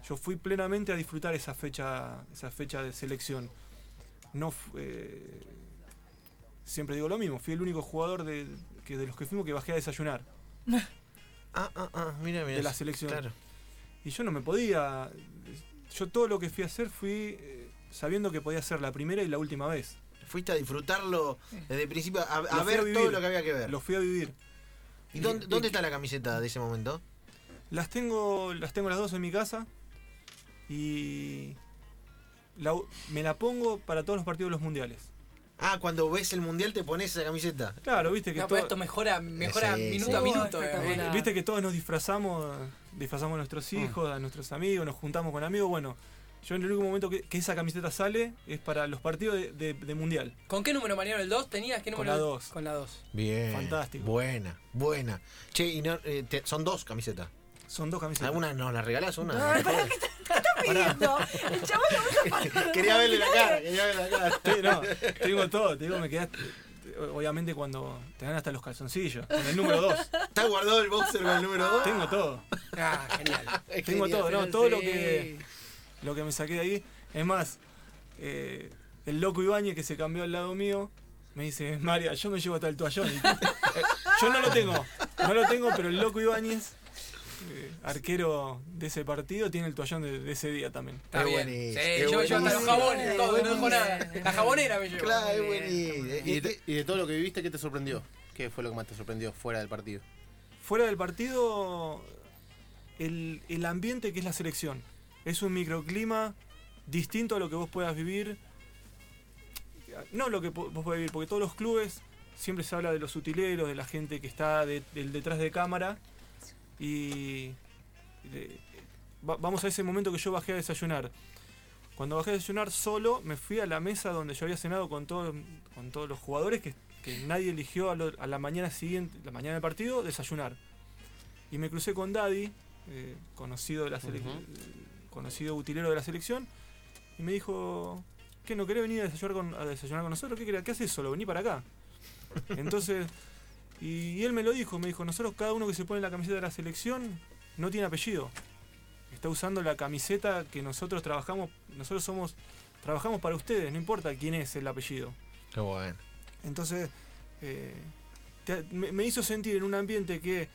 yo fui plenamente a disfrutar esa fecha, esa fecha de selección. No fu- eh, siempre digo lo mismo, fui el único jugador de, que de los que fuimos que bajé a desayunar
Ah, ah, ah, mira, mira.
de la selección.
Claro.
Y yo no me podía. Yo todo lo que fui a hacer fui eh, sabiendo que podía ser la primera y la última vez.
Fuiste a disfrutarlo desde el principio, a, a
fui a
ver
vivir.
todo lo que había que ver.
Lo fui a vivir.
¿Y dónde,
y-
dónde
y-
está la camiseta de ese momento?
Las tengo, las tengo las dos en mi casa y la u- me la pongo para todos los partidos de los mundiales.
Ah, cuando ves el mundial te pones esa camiseta.
Claro, viste que,
No,
todo-
pero esto mejora, mejora
Sí,
minuto
sí.
a minuto.
Oh,
eh.
espectacular.
eh, viste que todos nos disfrazamos, disfrazamos a nuestros hijos, a nuestros amigos, nos juntamos con amigos. Bueno, yo en el único momento que, que esa camiseta sale es para los partidos de, de- de mundial.
¿Con qué número, Mariano? ¿El 2 tenías? ¿Qué
Con
número?
la dos.
Con la 2.
Bien.
Fantástico.
Buena, buena. Che, y no, eh, te- son dos camisetas.
Son dos camisetas.
¿Alguna nos la regalás? Una.
No, pará, ¿qué, estás- qué estás pidiendo? El chabón lo usa para.
Quería verle la cara, quería verle la cara.
Sí, no, te digo todo, te digo, me quedaste. Obviamente cuando te dan hasta los calzoncillos, con el número 2.
Está guardado el boxer con el número dos.
Tengo todo.
Ah, genial.
Tengo todo, no,
Pero
todo lo
sí.
que lo que me saqué de ahí. Es más, eh, el loco Ibáñez que se cambió al lado mío, me dice, María, yo me llevo hasta el toallón. Y- eh, yo no lo tengo, no lo tengo, pero el loco Ibáñez, eh, arquero de ese partido, tiene el toallón de, de ese día también.
Está
Qué
bien.
buenísimo,
Sí,
qué
yo me llevo hasta los
buenísimo.
jabones, todo, no dejo
Buenísimo.
nada. La jabonera me llevo.
Claro, es
Muy bien,
buenísimo.
muy bien.
¿Y de, te- y de todo lo que viviste, ¿qué te sorprendió? ¿Qué fue lo que más te sorprendió fuera del partido?
Fuera del partido, el, el ambiente que es la selección. Es un microclima distinto a lo que vos puedas vivir. No lo que po- vos puedas vivir, porque todos los clubes siempre se habla de los utileros, de la gente que está de- del detrás de cámara. Y de- va- vamos a ese momento que yo bajé a desayunar. Cuando bajé a desayunar solo, me fui a la mesa donde yo había cenado con, todos con todos los jugadores que, que nadie eligió a, lo- a la mañana siguiente, la mañana del partido, desayunar. Y me crucé con Daddy, eh, conocido, de la selec-
Ujú.
eh, conocido utilero de la selección, y me dijo, ¿qué no querés venir a desayunar con, a desayunar con nosotros? ¿Qué, querés- ¿Qué haces solo? Vení para acá. Entonces, y, y él me lo dijo, me dijo, nosotros cada uno que se pone la camiseta de la selección no tiene apellido. Está usando la camiseta que nosotros trabajamos, nosotros somos, trabajamos para ustedes, no importa quién es el apellido.
Qué bueno.
Entonces, eh, te- me, me hizo sentir en un ambiente que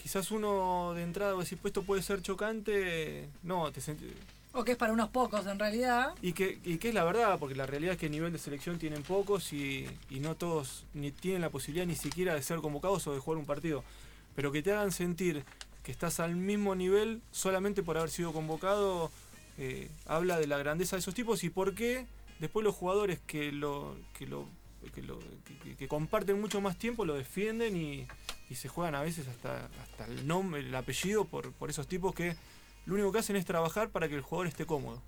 quizás uno de entrada va a decir, pues esto puede ser chocante. No, te sentí-
O que es para unos pocos en realidad.
y que, y que es la verdad, porque la realidad es que el nivel de selección tienen pocos y, y no todos ni tienen la posibilidad ni siquiera de ser convocados o de jugar un partido. Pero que te hagan sentir que estás al mismo nivel solamente por haber sido convocado, eh, habla de la grandeza de esos tipos y por qué después los jugadores que lo que lo que, lo- que- que comparten mucho más tiempo lo defienden y, y se juegan a veces hasta, hasta el nombre, el apellido por, por esos tipos que lo único que hacen es trabajar para que el jugador esté cómodo.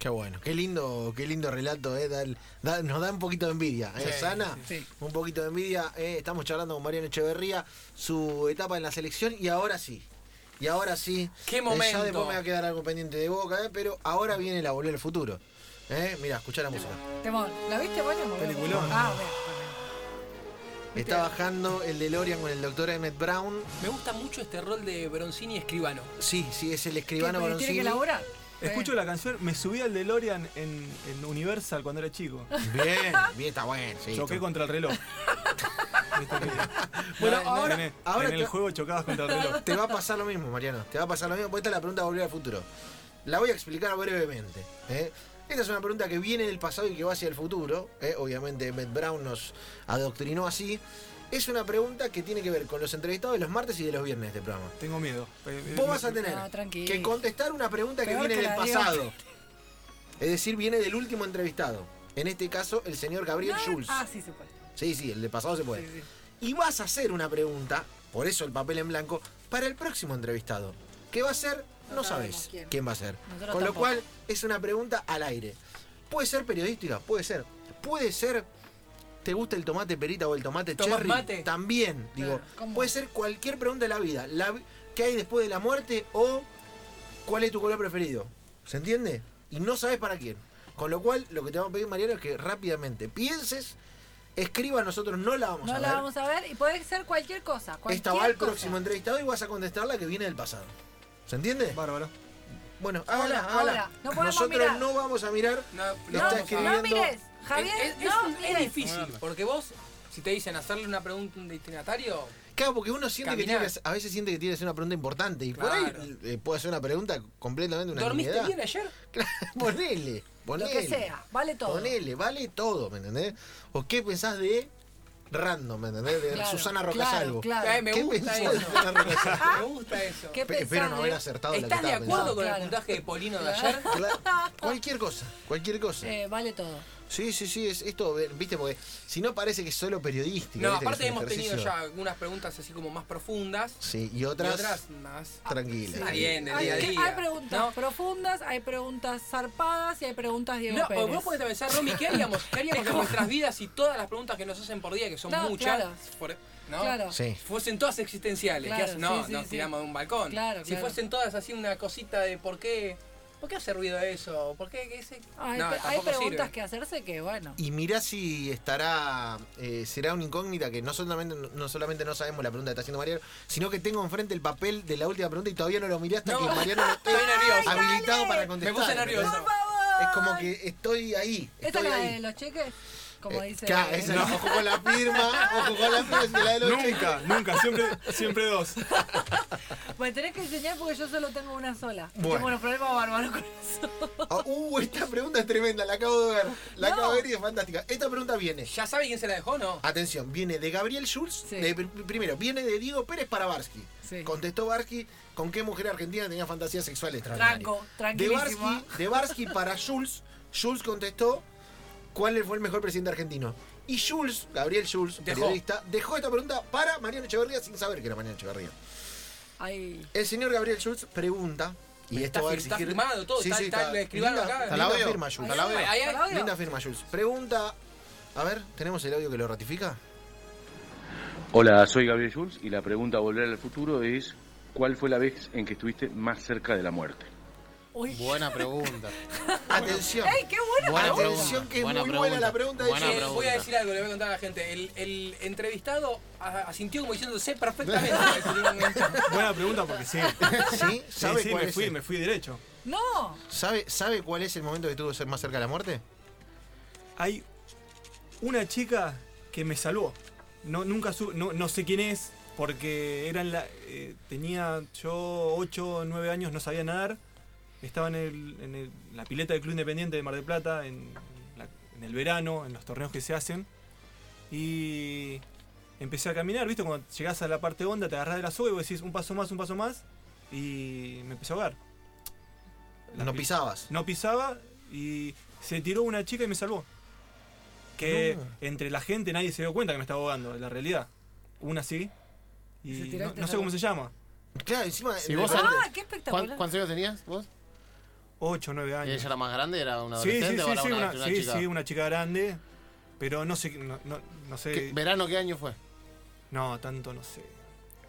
Qué bueno. Qué lindo, qué lindo relato, eh. da el- da- nos da un poquito de envidia, ¿eh,
Sí,
Sana?
Sí.
Un poquito de envidia. eh, estamos charlando con Mariano Echeverría, su etapa en la selección y ahora sí. Y ahora sí.
Qué
eh,
momento.
Ya después me va a quedar algo pendiente de boca, eh, pero ahora viene la volver al futuro. Eh, mira, escuchá la música.
Temón. ¿La viste, bueno?
Peliculón.
Ah, bien.
Está bajando el DeLorean con el doctor Emmett Brown.
Me gusta mucho este rol de Broncini y escribano.
Sí, sí, es el escribano
¿Qué, ¿Tiene que
Bronzini.
elaborar?
Escucho la canción, me subí al DeLorean en, en Universal cuando era chico.
Bien, bien, está bueno. Sí,
Choqué
está-
contra el reloj.
Bueno,
En-
ahora,
en el-
ahora
en el
te-
juego chocabas contra el reloj.
Te va a pasar lo mismo, Mariano. Te va a pasar lo mismo. Porque esta es la pregunta de volver al futuro. La voy a explicar brevemente. ¿eh? Esta es una pregunta que viene del pasado y que va hacia el futuro. ¿eh? Obviamente, Matt Brown nos adoctrinó así. Es una pregunta que tiene que ver con los entrevistados de los martes y de los viernes de programa.
Tengo miedo. Eh, eh,
Vos vas a tener
No, tranquilo.
que contestar una pregunta que
Peor
viene
que
del
la digo.
pasado. Es decir, viene del último entrevistado. En este caso, el señor Gabriel
No,
Schulz.
Ah, sí, se puede.
Sí, sí, el de pasado se puede.
Sí, sí.
Y vas a hacer una pregunta, por eso el papel en blanco, para el próximo entrevistado. ¿Qué va a ser? No,
No sabemos
sabes quién.
quién.
va a ser.
Nosotros
Con lo
tampoco.
cual, es una pregunta al aire. Puede ser periodística, puede ser. Puede ser. ¿Te gusta el tomate perita o el tomate
¿Tomás
cherry?
mate?
También, digo.
Claro, ¿cómo?
puede ser cualquier pregunta de la vida. La, vi- ¿Qué hay después de la muerte o cuál es tu color preferido? ¿Se entiende? Y no sabes para quién. Con lo cual, lo que te vamos a pedir, Mariano, es que rápidamente pienses, escriba, nosotros no la vamos a ver.
No la vamos a ver y puede ser cualquier cosa. Cualquier
Esta va al
cosa.
próximo entrevistado y vas a contestar la que viene del pasado. ¿Se entiende?
Bárbaro.
Bueno, hágala,
Ahora,
hágala.
ahora. No podemos
Nosotros
mirar.
no vamos a mirar.
No, no
Está
No,
vamos a-
escribiendo.
no mires. Javier,
es, es
no
un- es
mires.
difícil, porque vos, si te dicen hacerle una pregunta a un destinatario,
Claro, porque uno siente que,
Caminar.
tiene que- a veces siente que tiene que hacer una pregunta importante. Y por
Claro.
ahí eh, puede hacer una pregunta completamente una
¿dormiste
nimiedad.
bien ayer?
ponele,
Lo
ponele.
que sea, vale todo.
Ponele, vale todo, ¿me entendés? ¿O qué pensás de random, ¿me entendés? De
Claro,
Susana
Claro,
Rocasalvo.
claro.
Eh, me,
¿Qué
gusta
pensás de
eso.
Susana Rocasalvo?
Me gusta eso.
¿Qué
Pe- Espero
pensás
no
de-
haber acertado la que
¿Estás de
Ah, estaba pensando.
acuerdo con el
Claro.
puntaje de Polino de ayer?
Claro, Cualquier cosa, cualquier cosa.
Eh, vale todo.
Sí, sí, sí, es esto, eh, viste, porque si no parece que es solo periodístico.
No,
viste, que
aparte
es un
hemos tenido
ejercicio.
ya algunas preguntas así como más profundas.
Sí, y
Y
otras,
otras más.
tranquilas.
Está bien, de
Hay,
día a
que-
día.
hay preguntas
¿no?
profundas, hay preguntas zarpadas y hay preguntas Diego
No,
Pérez.
o vos podés pensar, Romy, ¿qué haríamos? ¿Qué haríamos en nuestras vidas si todas las preguntas que nos hacen por día, que son
No,
muchas,
claro.
por- ¿no?
Claro.
Sí.
fuesen todas existenciales, ¿qué
Claro,
haces? No,
sí, sí,
nos
sí.
tiramos de un balcón.
Claro,
si
claro.
fuesen todas así una cosita de por qué, ¿por qué hace ruido eso? ¿Por qué qué ese?
Ah, Hay,
no,
pe- hay
tampoco
preguntas
sirve.
que hacerse que, bueno.
Y mirá si estará, eh, será una incógnita que no solamente, no solamente no sabemos la pregunta que está haciendo Mariano, sino que tengo enfrente el papel de la última pregunta y todavía no lo miré hasta
No.
que Mariano no esté
Estoy nervioso.
habilitado
Dale.
para
Me
contestar.
puse
¿entendés?
nervioso.
¡Por favor!
Es como que estoy ahí.
¿Esta es
estoy
la
ahí.
de los cheques? Como
Eh,
dice.
claro, esa no, ojo con la firma, ojo con la firma, es la de los cheques.
Nunca, nunca, siempre, siempre dos.
Me tenés que enseñar porque yo solo tengo una sola.
Bueno.
Tengo unos problemas bárbaros con eso.
Ah, uh, esta pregunta es tremenda, la acabo de ver. La
No.
acabo de ver y es fantástica. Esta pregunta viene.
¿Ya sabe quién se la dejó no?
Atención, viene de Gabriel Schulz.
Sí.
de- pr- primero, viene de Diego Pérez para Barsky.
Sí.
Contestó Barsky con qué mujer argentina tenía fantasías sexuales
Tranco,
De
tranquilísimo.
Barsky,
¿ah?
de Barsky para Schulz. Schulz contestó cuál fue el mejor presidente argentino. Y Schulz, Gabriel Schulz,
Dejó.
periodista, dejó esta pregunta para Mariano Echeverría sin saber que era Mariano Echeverría.
Ay.
El señor Gabriel Schulz pregunta. Y
Está
esto va a
fir- está
exigir-
firmado todo, está- está el escribano
linda-
acá.
linda
¿Te la veo?
firma, Schulz.
¿Te la veo?
Ay, ay,
¿Para
Linda firma, Jules. Pregunta. A ver, ¿tenemos el audio que lo ratifica?
Hola, soy Gabriel Schulz y la pregunta a volver al futuro es ¿cuál fue la vez en que estuviste más cerca de la muerte?
Uy.
Buena pregunta.
Atención.
¡Ey, qué bueno!
Buena
Atención,
pregunta,
que es
buena
muy buena la pregunta
pregunta,
de
buena
Jess.
Eh, voy a
pregunta.
decir algo, le voy a contar a la gente. El, el entrevistado a- asintió como diciendo, sé perfectamente. lo que estoy comentando".
Buena pregunta porque sí.
¿Sí?
Sí,
¿Sabe,
sí,
cuál
me
es
fui,
el-
me fui derecho.
¡No!
¿sabe, ¿Sabe cuál es el momento que tuvo que ser más cerca de la muerte?
Hay una chica que me salvó. No, nunca su- no, no sé quién es, porque eran la, eh, tenía yo 8 o 9 años, no sabía nadar. Estaba en, el- en el- la pileta del Club Independiente de Mar del Plata, en, la- en el verano, en los torneos que se hacen. Y empecé a caminar, ¿viste? Cuando llegás a la parte honda, te agarrás de la soga y vos decís un paso más, un paso más. Y me empecé a ahogar. La
No
pi-
pisabas.
no pisaba y se tiró una chica y me salvó. Que
No.
entre la gente nadie se dio cuenta que me estaba ahogando, la realidad. Una sí. Y
Se tiró este y
no,
te
no sé cómo
salvó.
se llama.
Claro, encima.
Si
de
vos
repente-
¡Ah, qué
¿Cuán-
espectacular!
¿Cuántos años tenías vos?
8 o 9
¿Y
años.
ella era más grande? ¿Era una
sí, sí, sí,
adolescente o era
sí,
una,
una,
una
sí,
chica?
sí, una chica grande. Pero no sé, no, no- no
¿Qué-
sé.
¿Verano qué año fue?
No, tanto no sé.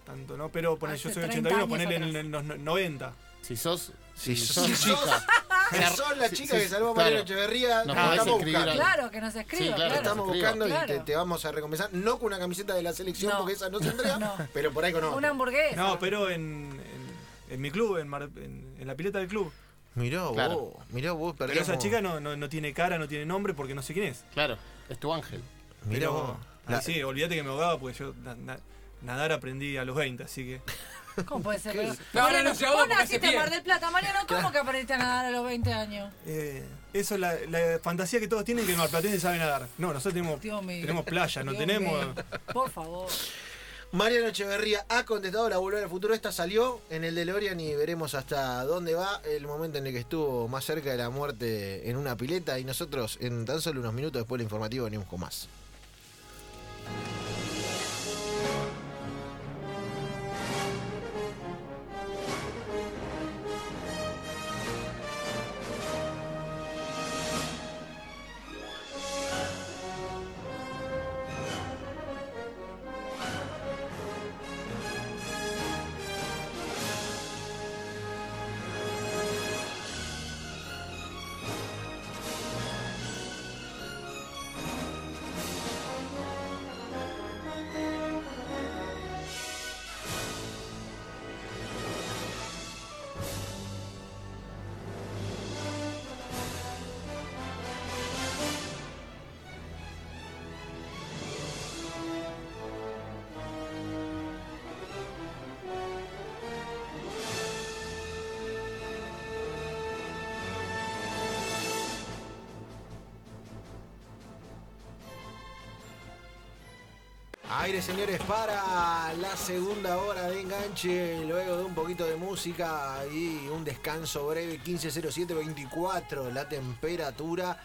Tanto no, pero poner, yo
Hace
soy
30
81,
años
ponerle en,
atrás.
en los no- 90.
Si sos,
Si
si
sos-
sos chica.
Si sos la chica
sí,
que salvó a
claro.
Mariano Echeverría,
Nos
te
podés
estamos
escribir
buscando.
algo.
Claro, que nos escriba,
Sí, claro,
Te
claro.
estamos
escriba.
buscando y te,
Claro.
te vamos a recompensar. No con una camiseta de la selección,
No.
porque esa no se entrega,
No.
pero por ahí con
Una
otra.
hamburguesa.
No, pero en, en- en mi club, en, Mar- en- en la pileta del club.
Mirá vos,
Claro.
mirá vos,
Pero
perdemos.
esa chica no, no, no tiene cara, no tiene nombre porque no sé quién es.
Claro, es tu ángel.
Mirá
Pero,
vos.
ay,
La-
sí, olvídate que me ahogaba porque yo na- na- nadar aprendí a los 20, así que.
¿Cómo puede ser? Pero-
No,
Mariano,
no, no, se ahoga
vos
porque
naciste
hace
en
pie.
Mar del Plata. Mariano, ¿cómo que aprendiste a nadar a los 20 años?
eh, eso es la, la fantasía que todos tienen que el marplatense sabe nadar. No, nosotros tenemos,
Dios mío.
tenemos playa, no
Dios
tenemos.
mío. Por favor.
Mariano Echeverría ha contestado la Volver al Futuro. Esta salió en el DeLorean y veremos hasta dónde va el momento en el que estuvo más cerca de la muerte en una pileta. Y nosotros, en tan solo unos minutos después del informativo, venimos con más. Aire, señores, para la segunda hora de enganche, luego de un poquito de música y un descanso breve, 15.07.24, la temperatura.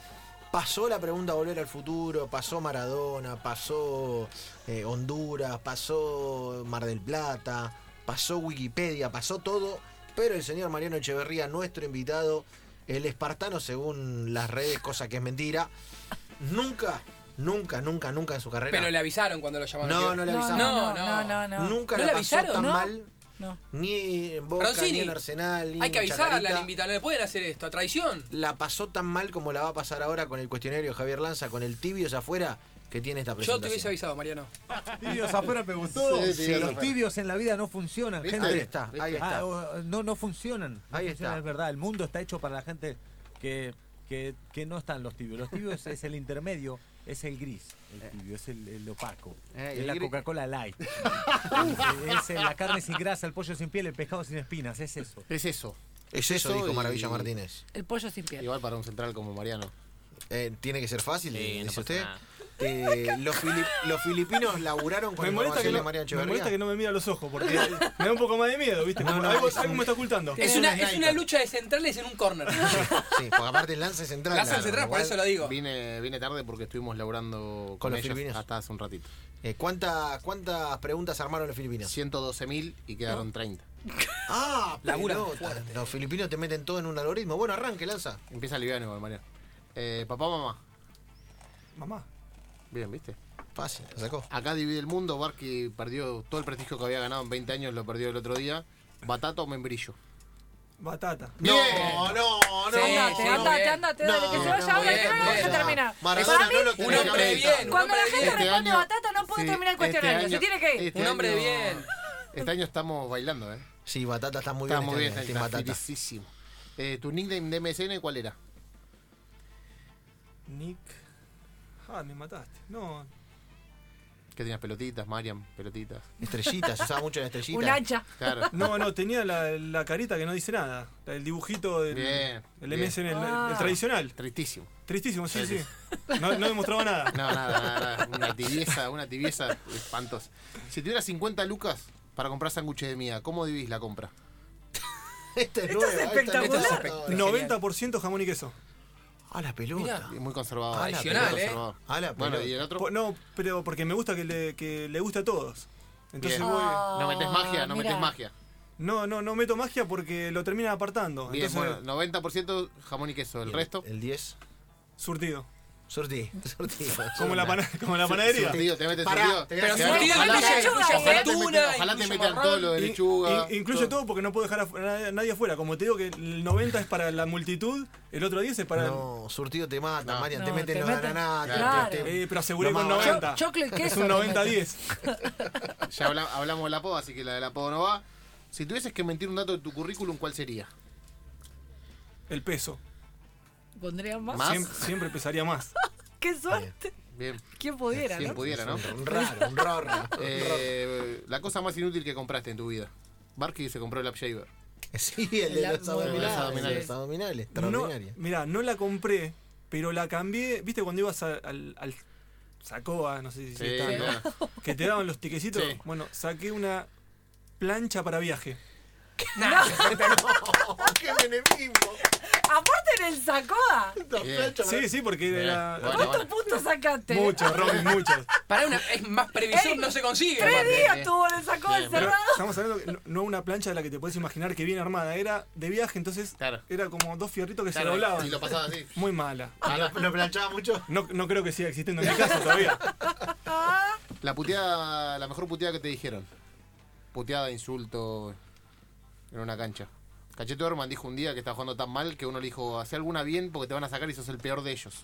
Pasó la pregunta Volver al Futuro, pasó Maradona, pasó eh, Honduras, pasó Mar del Plata, pasó Wikipedia, pasó todo, pero el señor Mariano Echeverría, nuestro invitado, el espartano según las redes, cosa que es mentira, nunca, nunca, nunca, nunca en su carrera...
Pero le avisaron cuando lo llamaron.
No,
Digo,
no le
No,
avisaron.
no, no,
No,
no,
no.
no, no.
Nunca
¿No
la
le
pasó
avisaron?
tan
No.
mal,
No.
ni en Boca,
Roncini.
ni en Arsenal, ni
Hay que
en
avisarla
Chacarita.
al invitado, no le pueden hacer esto, a traición.
La pasó tan mal como la va a pasar ahora con el cuestionario de Javier Lanza, con el tibios afuera que tiene esta
Yo
presentación.
te hubiese avisado, Mariano.
Tibios afuera me gustó.
Sí, sí,
los
afuera.
tibios en la vida no funcionan,
¿Viste?
Ahí
gente.
está,
¿Viste?
ahí está.
Ah, o- no, no funcionan. No
Ahí
funcionan,
está.
Es verdad, el mundo está hecho para la gente que, que, que no están los tibios. Los tibios es el intermedio, es el gris.
Eh.
El tibio es el, el opaco.
Eh,
es
el
la
gris-
Coca-Cola light. es, es la carne sin grasa, el pollo sin piel, el pescado sin espinas. Es eso.
Es eso.
Es eso, dijo
y-
Maravilla Martínez.
El pollo sin piel.
Igual para un central como Mariano.
Eh, tiene que ser fácil,
Sí, no
dice
pasa
usted.
nada.
Eh, los, fili- los filipinos laburaron con
Me molesta, que
información de
no,
Mariano
me
Echeverría.
molesta que no me mira a los ojos porque me da un poco más de miedo, ¿viste? Como, algo, algo me está ocultando. Eh,
Es una, es una lucha de centrales en un corner.
Sí, porque aparte el Lanza es central.
La hacen
claro,
central,
con
por
lo
eso
cual,
lo digo.
Vine, vine tarde porque estuvimos laburando con,
los
ellos
filipinos.
hasta hace un ratito.
eh, ¿cuánta- ¿Cuántas preguntas armaron los filipinos?
112.000 y quedaron 30.
Ah,
Laburan
pelota. Los filipinos te meten todo en un algoritmo. Bueno, arranque, lanza.
Empieza liviano igual, Mariano. Eh, papá, mamá.
Mamá.
Bien, ¿viste?
Fácil, la sacó.
Acá divide el mundo. Barky perdió todo el prestigio que había ganado en 20 años, lo perdió el otro día. Batato o membrillo.
Batata.
No, no, no.
Sí,
no,
Andate,
sí, muy
andate,
bien.
andate, dale, que
No,
se vaya
no,
ahora, que
bien,
no lo vamos a
bien.
terminar.
Maradona
Para
no lo
mí,
tenía
un hombre
que haber
bien,
estado.
un
cuando la
hombre
gente
bien.
responde
Este año-
batata, no puede
sí,
terminar el
este
cuestionario. se
año-
tiene que ir.
este
Un hombre
año-
bien.
Este año estamos bailando, ¿eh?
Sí, Batata está muy
Estamos
bien.
bien,
este
este
año,
año,
Team Batata.
felicísimo. Eh, ¿Tu nickname de MSN cuál era?
Nick. Ah, me mataste. No.
Que tenías pelotitas, Mariam, pelotitas.
Estrellitas, se usaba mucho la estrellita.
Un hacha.
Claro.
No, no, tenía la, la carita que no dice nada. La- El dibujito del
Bien,
el
bien.
MSN, el,
Ah.
el tradicional.
Tristísimo.
Tristísimo, sí, sí. No, no demostraba nada.
No, nada, nada, nada. Una tibieza, una tibieza espantosa. Si tuvieras 50 lucas para comprar sándwiches de mía, ¿cómo dividís la compra?
Este es nuevo, este es
espectacular.
nuevo.
Genial.
90% jamón y queso.
A Ah, la pelota.
Mirá.
Muy conservador.
Tradicional,
Ah, muy
¿eh?
conservador.
A la
Bueno,
pelota.
y el otro.
Po- No, pero porque me gusta que le, que le gusta a todos. Entonces
Bien.
voy.
Ah.
No metes magia, no metes
Mirá.
magia.
No, no, no meto magia porque lo terminan apartando.
Bien,
Entonces,
bueno, 90% jamón y queso, el resto.
El 10.
surtido.
Surtí. Surtí.
Como la, pana- como la panadería.
Surtido, te metes
Pará,
surtido.
te
Pero
Sí,
su tía
ojalá
incluye-
que-
incluye
ojalá
Ojalá te metan,
aceituna,
ojalá te
incluye
metan
marrón.
todo lo de
In-
lechuga.
in- incluye todo porque no puedo dejar a na- nadie afuera. Como te digo que el 90 es para la multitud, el otro 10 es para...
No, surtido te mata,
No.
Marian. te
No,
meten
te
los
meten-
granates.
Claro.
Eh, pero aseguré
No,
con
ma-
90.
Cho- choclo y queso
es un
le
90-10.
Ya habla- hablamos del apodo, así que la del apodo no va. Si tuvieses que mentir un dato de tu currículum, ¿cuál sería?
El peso.
¿Pondrían más?
Más.
Siem- siempre pesaría más.
Qué suerte.
Bien, pues.
¿Quién pudiera,
quien
no?
pudiera, ¿no?
Un raro, un raro.
Eh, la cosa más inútil que compraste en tu vida. Barky se compró el App Shaver.
Sí, el de
La-
los abdominales.
Las abdominales.
Los abdominales,
No,
extraordinario.
mirá, no la compré, pero la cambié. ¿Viste cuando ibas a- al, al Sacoa? No sé si
Sí,
está, ¿no?
claro.
Que te daban los tiquecitos.
Sí.
Bueno, saqué una plancha para viaje.
¡Qué menemismo!
Aparte en el Sacoa.
Sí, sí, porque
Bien.
era...
Bueno,
¿Cuántos
bueno.
puntos sacaste?
Muchos, Robin, muchos.
Pará, una, es más previsión,
Ey,
no se consigue.
Tres
aparte. eh,
días
bien.
tuvo en el Sacoa
Bien,
Pero
pero-
encerrado.
estamos hablando que no- no una plancha de la que te puedes imaginar que viene armada, era de viaje, entonces
Claro.
era como dos fierritos que
Claro,
se doblaban.
y lo pasaba así.
Muy mala.
Ah, ¿Lo, lo planchaba mucho?
No, no creo que siga existiendo en mi casa todavía.
La puteada, la mejor puteada que te dijeron. Puteada, insulto en una cancha. Cachete Orman dijo un día que estaba jugando tan mal que uno le dijo, hace alguna bien porque te van a sacar y sos el peor de ellos.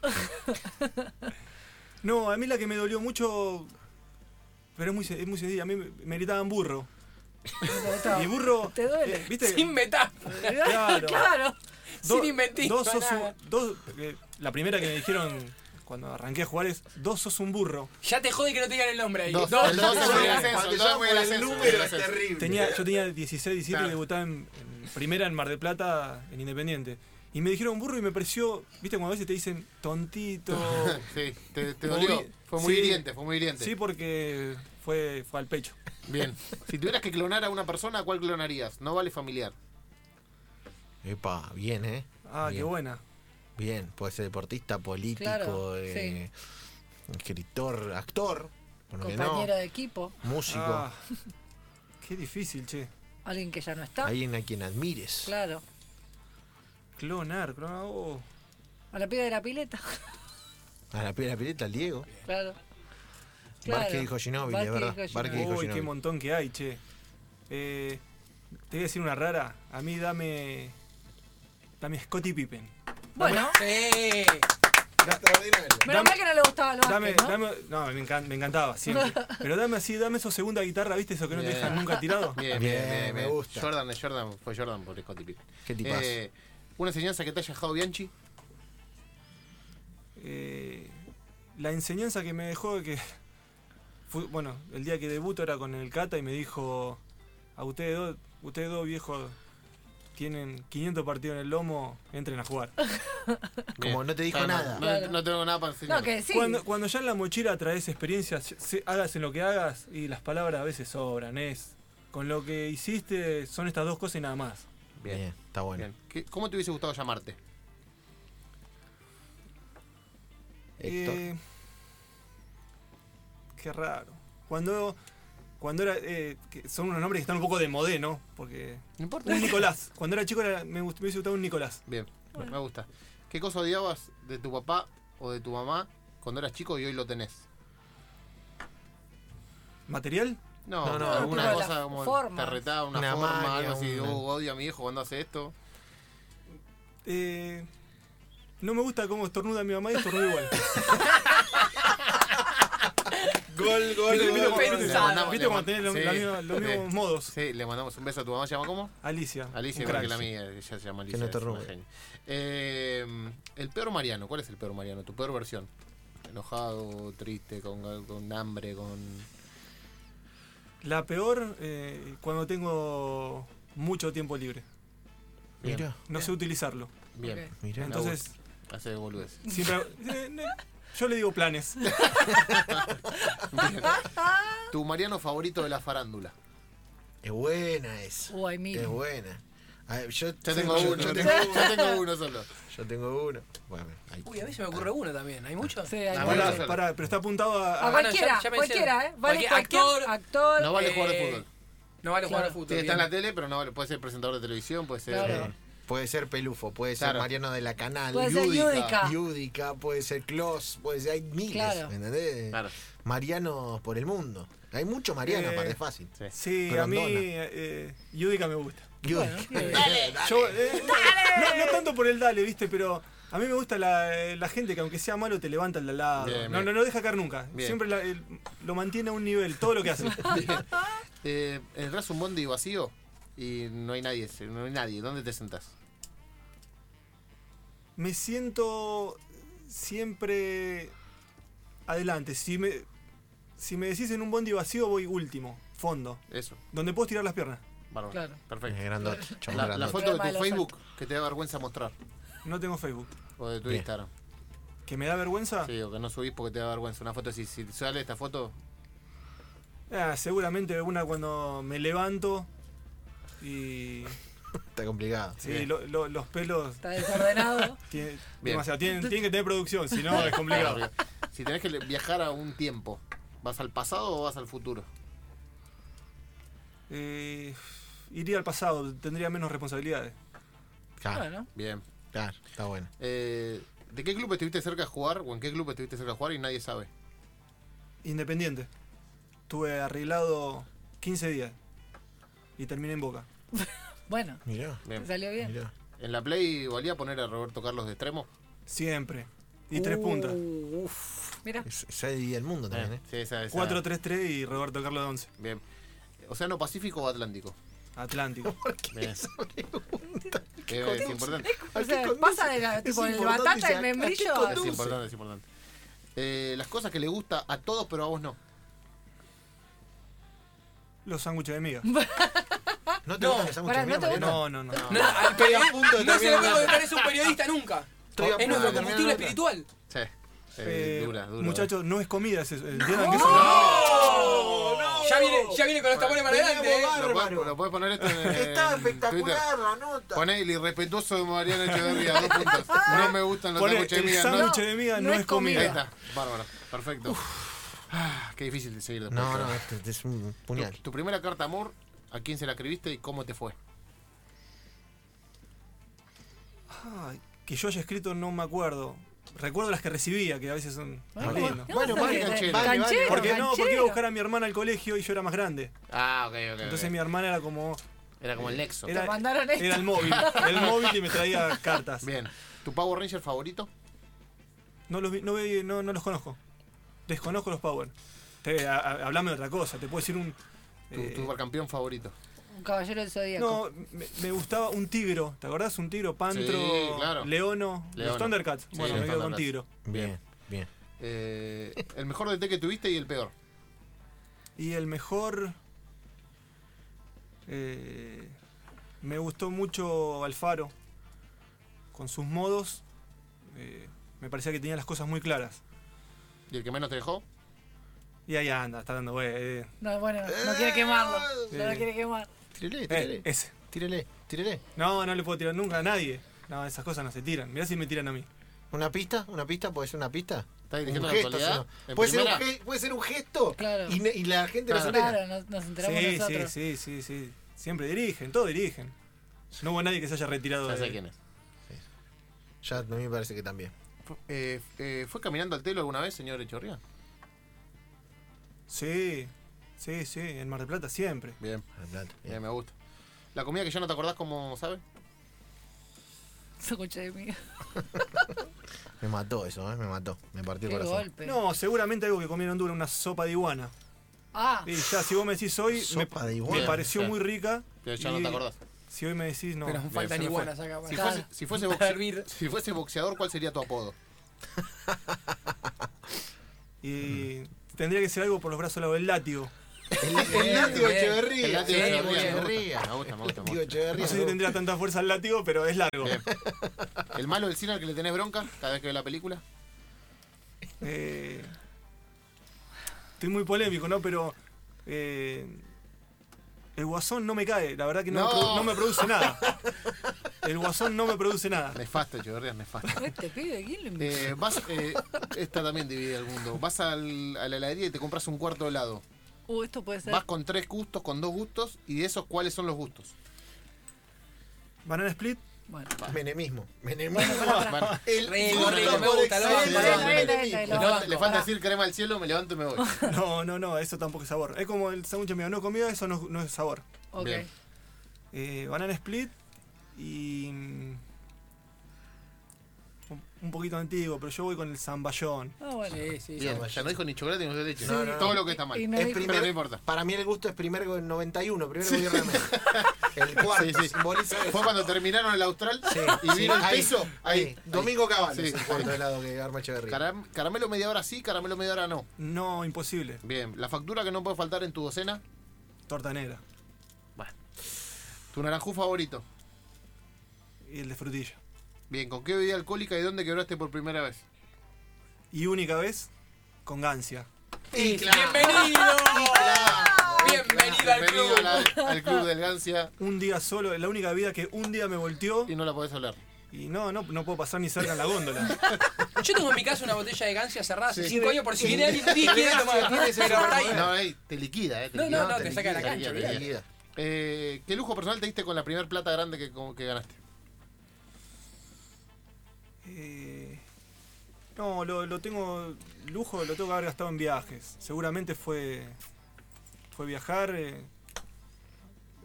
No, a mí la que me dolió mucho. Pero es muy, se- es muy sencilla. A mí me, me gritaban burro. Y burro.
Te duele.
eh, ¿Viste?
Sin metáfora.
Claro.
Claro.
Do-
sin inventiva,
Dos sos
nada.
un- dos- eh, la primera que me dijeron cuando arranqué a jugar es: Dos sos un burro.
Ya te jode que no te digan el nombre ahí.
Dos,
Dos.
el dos es el ascenso,
Cuando
el dos
ya por
fue el
el
ascenso,
número
el
es
ascenso.
terrible.
Tenía, yo tenía 16, 17
Claro.
y debutaba en, en primera en Mar del Plata, en Independiente. Y me dijeron burro y me pareció, viste, cuando a veces te dicen tontito.
sí, te, te
Muy-
dolió. Fue muy
sí.
hiriente, fue muy hiriente.
sí, porque fue, fue al pecho.
Bien. Si tuvieras que clonar a una persona, ¿a ¿cuál clonarías? No vale familiar.
Epa, bien, ¿eh?
Ah,
Bien.
qué buena.
Bien, puede ser deportista, político,
Claro,
eh, escritor, actor, ¿por qué no?
Compañero de equipo.
Músico,
Ah, qué difícil, che.
Alguien que ya no está.
alguien a quien admires.
Claro.
Clonar, clonar. oh.
A la piedra de la pileta.
A la piedra pileta, al Diego.
Claro.
Barque dijo Ginóbili, es
Barque
verdad.
dijo
Barque dijo
Uy, qué
Ginóbili.
montón que hay, che. Eh, te voy a decir una rara. A mí dame. Dame Scottie Pippen.
Bueno,
Sí.
menos
dame-
mal que no le gustaba los
Dame,
básquet, ¿no?
dame. No, me, encan- me encantaba siempre. Pero dame así, dame eso segunda guitarra, ¿viste? Eso que no te
Bien.
dejan nunca tirado.
Bien,
Ah, Bien,
bien, bien,
me
bien.
gusta.
Jordan, es Jordan, fue Jordan por Scottie Pippen.
Qué tipazo.
Eh, una enseñanza que te haya dejado Bianchi.
Eh, la enseñanza que me dejó que. fue- bueno, el día que debuto era con el Cata y me dijo. A ustedes dos, ustedes dos viejos tienen 500 partidos en el lomo, entren a jugar.
Como
Bien.
no te dijo
Está bien,
nada.
No,
Claro.
no tengo nada para enseñar.
No, que sí.
Cuando, cuando ya en la mochila traes experiencias, se- hagas en lo que hagas y las palabras a veces sobran, es. Con lo que hiciste son estas dos cosas y nada más.
Bien, está bueno.
Bien. ¿Qué- ¿Cómo te hubiese gustado llamarte?
Héctor.
Eh, qué raro. Cuando, cuando era. eh, que son unos nombres que están un poco de modé, ¿no? Porque.
No importa.
Un Nicolás. Cuando era chico era- me, gust- me hubiese gustado un Nicolás.
Bien, me gusta. ¿Qué cosa odiabas de tu papá o de tu mamá cuando eras chico y hoy lo tenés?
¿Material?
No,
No, no,
alguna
tipo la
cosa como
forma.
te retaba, una,
Una
forma,
maña,
algo así,
una-
"Oh, odio a mi hijo cuando hace esto.
eh, no me gusta cómo estornuda mi mamá y estornudo igual.
Gol, gol,
Viste- viste-
gol.
viste-
Le mandamos-
viste cuando
le mandamos-
tenés los,
sí.
la misma- los
Sí.
mismos modos.
Sí, le mandamos un beso a tu mamá. ¿Se llama cómo?
Alicia.
Alicia,
un
igual
crack.
que la mía. Ella se llama Alicia.
no te
es una
robe.
genia. Eh, el peor Mariano. ¿Cuál es el peor Mariano? Tu peor versión. Enojado, triste, con, con hambre, con...
La peor, eh, cuando tengo mucho tiempo libre.
Bien,
Mira,
No sé utilizarlo.
bien.
Ok.
mira.
Entonces,
Hace boludez.
siempre. eh, no, yo le digo planes.
Tu Mariano favorito de la farándula.
Es buena esa.
Uy, ay,
Es
Uh, mira.
buena. A ver, yo,
Yo tengo
yo-
uno.
Yo
Yo
tengo,
tengo, yo tengo uno solo.
yo tengo uno. Bueno, ahí.
Uy, a mí se me ocurre uno también. ¿Hay muchos?
Sí, ahí va.
Ah, bueno.
Pará, pará, pero está apuntado
A
a. a-
Ah, bueno,
cualquiera,
ya- ya me
cualquiera, ¿eh?
hicieron.
Vale
Cualquier
cualquier actor,
actor-
No vale jugar de
Eh,
fútbol.
No vale jugar al
Claro.
fútbol.
Sí, está
bien.
en la tele, pero no vale. Puede ser presentador de televisión, puede ser...
Claro.
eh,
Puede ser Pelufo, puede
Claro.
ser Mariano de la Canal,
Puede ser Yudica.
Yudica, puede ser Klaus, puede ser. Hay miles,
Claro.
¿me entendés?
Claro.
Marianos por el mundo. Hay mucho Mariano,
Eh,
aparte, es fácil.
Sí, a mí.
Grandona.
Eh, Yudica me gusta.
Yudica.
Yo, eh, No, no tanto por el dale, viste, pero a mí me gusta la, eh, la gente que aunque sea malo te levanta al de al lado.
Bien,
no,
bien.
no, no deja caer nunca.
Bien.
Siempre la- el- lo mantiene a un nivel, todo lo que hace.
Eh, entras a un bondi vacío y no hay nadie, no hay nadie. ¿Dónde te sentás?
me siento siempre adelante. Si me, si me decís en un bondi vacío, voy último, fondo,
Eso,
donde puedo tirar las piernas.
bárbaro.
Claro.
Perfecto.
Es grandote, chabón
La, la
grandote.
foto de
Problema
tu
de la
Facebook que te da vergüenza mostrar
No tengo Facebook.
o de tu
Bien.
Instagram.
¿Que me da vergüenza?
Sí, o que no subís porque te da vergüenza. Una foto, si, si sale esta foto,
Ah, seguramente una cuando me levanto y
Está complicado.
sí,
Bien.
lo- lo- los pelos
Está desordenado.
tiene-
Bien.
demasiado. Tienen, tienen que tener producción, si no es complicado.
si tenés que le- viajar a un tiempo, ¿vas al pasado o vas al futuro?
Eh, iría al pasado, tendría menos responsabilidades.
Claro,
Bueno,
Bien.
claro, está bueno.
Eh, ¿De qué club estuviste cerca de jugar o en qué club estuviste cerca de jugar y nadie sabe?
Independiente. Tuve arreglado 15 días y terminé en Boca.
bueno,
Mirá,
Bien.
salió bien.
mirá.
¿En la Play valía poner a Roberto Carlos de extremo?
Siempre. Y tres
Uh,
puntas.
Uf, mira.
Es, esa dividía el mundo también, ¿eh?
Sí, esa, esa.
4-3-3 y Roberto Carlos de 11.
Bien. ¿Océano Pacífico o Atlántico?
Atlántico.
Bien. Eh, es importante.
O sea,
conduce?
pasa de la,
Es
tipo, el
importante,
batata,
dice,
el
¿a qué
membrillo.
conduce?
Es importante, es importante. Eh, las cosas que le gusta a todos, pero a vos no.
Los sándwiches de miga.
No te
No,
gustan los sándwiches
pará,
de miga,
no te
Mariano?
No, no, no.
No, al peri-
a punto de
no se
terminar
lo
la-
puede colocar, es un periodista nunca.
Estoy a
Es
punto
nuestro
de
combustible
terminar la-
espiritual.
Sí.
Eh,
dura, dura.
Muchachos, no es comida. Es, ¿Entiendan que es
Ya viene, ya viene con los tapones para
Veníamos
adelante. ¿eh?
Lo podés,
bárbaro.
lo podés poner esto en.
Está
en
espectacular
eh, Twitter.
la nota.
Poné el irrespetuoso de Mariano Echeverría, dos puntos. No me gustan los
Poné,
sándwiches de
el
miga, no.
sándwich de miga no, es comida.
Ahí está, bárbaro, perfecto. Ah, qué difícil de seguir después.
No, no, este es un puñal.
Tu, tu primera carta amor, ¿a quién se la escribiste y cómo te fue?
Ah, que yo haya escrito no me acuerdo. Recuerdo las que recibía, que a veces son más
Bueno,
lindas.
bueno,
Bueno, vale,
canchero.
vale, vale.
Canchero,
Porque no, porque iba
canchero.
a buscar a mi hermana al colegio y yo era más grande.
Ah, ok, ok.
Entonces mi hermana era como.
Era como el nexo.
Te mandaron esto.
era el móvil. El móvil y me traía cartas.
Bien. ¿Tu Power Ranger favorito?
No los, vi- no, ve- no, no los conozco. Desconozco los Power. Te, a- a- hablame de otra cosa. Te puedo decir un.
¿Tu,
eh,
tu supercampeón favorito?
Un caballero del zodíaco.
no, me, me gustaba un tigro. ¿Te acordás? Un tigro, Pantro,
Sí, claro.
Leono,
Leono.
los Thundercats.
Sí,
bueno,
los
me quedo con tigro.
Thundercats.
Bien, bien.
Eh, el mejor DT que tuviste y el peor.
Y el mejor. eh, me gustó mucho Alfaro. Con sus modos. eh, me parecía que tenía las cosas muy claras.
¿Y el que menos te dejó?
Y ahí anda, está dando, güey. eh,
No, bueno, no quiere quemarlo. No lo
Eh.
quiere quemar.
Tírele,
eh,
tírele.
ese.
Tírele, tírele.
No, no le puedo tirar nunca a nadie. No, esas cosas no se tiran. Mirá si me tiran a mí.
¿Una pista? ¿Una pista? ¿Puede ser una pista?
¿Estás
Un
dirigiendo la
gesto,
actualidad?
si no.
¿En
¿Puede, ser un
primera?
ge- puede ser un gesto
Claro.
y, ne- y la gente no se entera.
Claro, nos, nos enteramos
Sí, sí,
nosotros.
sí, sí, sí. Siempre dirigen, todos dirigen. No hubo nadie que se haya retirado
Ya sé
de
quién es.
Ya a mí me parece que también.
Fu- eh, eh, ¿Fue caminando al telo alguna vez, señor Echorría?
Sí, sí, sí, en Mar del Plata siempre.
Bien,
Ah,
Eh,
Adelante.
bien, me gusta. ¿La comida que ya no te acordás cómo sabe?
Sándwich de miga.
Me mató eso, ¿eh? me mató. Me partió
Qué
el corazón.
golpe.
No, seguramente algo que comieron dura, una sopa de iguana.
Ah,
Y ya, si vos me decís hoy, me,
Sopa de
me
iguana.
pareció
Claro.
muy rica.
Pero ya
y
no te acordás.
Si hoy me decís, no.
Pero nos faltan
se me fue.
iguanas acá. para-
Si
Claro.
fuese, si fuese
para
boxe-
hervir.
si fuese boxeador, ¿cuál sería tu apodo?
Y tendría que ser algo por los brazos al lado del látigo.
El látigo
bien.
Echeverría.
El látigo
bien,
Echeverría,
bien.
me gusta, me gusta, me gusta, me
Digo,
gusta.
Echeverría.
No sé si tendría tanta fuerza el látigo, pero es largo.
Bien. El malo del cine al que le tenés bronca cada vez que ve la película.
Eh, estoy muy polémico, ¿no? Pero. eh, el guasón no me cae, la verdad que no,
No.
Me, produ- no me produce nada. El guasón no me produce nada.
Nefasto, Echeverría, nefasto.
este pibe, ¿quién lo inventó?
Eh, vas, eh, esta también divide al mundo. Vas al- a la heladería y te compras un cuarto de helado.
Uh, esto puede ser.
Vas con tres gustos, con dos gustos, y de esos, ¿cuáles son los gustos?
Banana split,
Bueno.
Menemismo. Menemismo.
Bueno,
El
Rico,
gusto
rico, me
por
gusta,
excelencia
lo
banco,
del
lo banco.
menemismo.
Lo
le
banco.
falta- le falta decir crema al cielo, me levanto y me voy.
no, no, no, eso tampoco es sabor. Es como el sándwich amigo no comida, eso no, no es sabor.
Ok.
Bien.
Eh, banana split y. mm, Un, un poquito antiguo, pero yo voy con el zambayón.
Ah, bueno.
Sí, sí, sí.
Bien, ya no dijo ni chocolate ni dulce de leche.
No, no, no.
Todo lo que está mal.
Y no
Es
hay-
Pero
primer-
no importa.
Para mí el gusto es primer go- 91, primer gobierno de América. El cuarto
Sí, sí.
simboliza eso.
Fue cuando terminaron el Austral
Sí,
y
sí,
vino el
ahí,
piso. Ahí.
ahí. Domingo Caballo
Sí.
es el cuarto de lado que arma Echeverría.
Caram- caramelo media hora sí, caramelo media hora no.
No, imposible.
Bien, la factura que no puede faltar en tu docena,
Torta negra.
tu naranjú favorito.
Y el de frutilla.
Bien, ¿con qué bebida alcohólica y dónde quebraste por primera vez?
Y única vez, con gancia.
Y
¡Bienvenido! ¡Bienvenido al
Ah, Bienvenido
club!
a la- al club del Gancia
un día solo, es la única vida que un día me volteó
y no la podés hablar.
y no, no, no puedo pasar ni cerca en la góndola.
Yo tengo en mi casa una botella de gancia cerrada hace
Sí.
5 años por si viene alguien y quiere tomar.
tiene ese
Pero está ahí.
superpoder.
No, ahí te liquida, eh.
No, no,
liquida,
no, te saca de la
liquida,
cancha,
te liquida, te liquida. Eh, ¿Qué lujo personal te diste con la primera plata grande que, que ganaste?
Eh, no, lo, lo tengo, lujo, lo tengo que haber gastado en viajes. Seguramente fue, fue viajar, eh,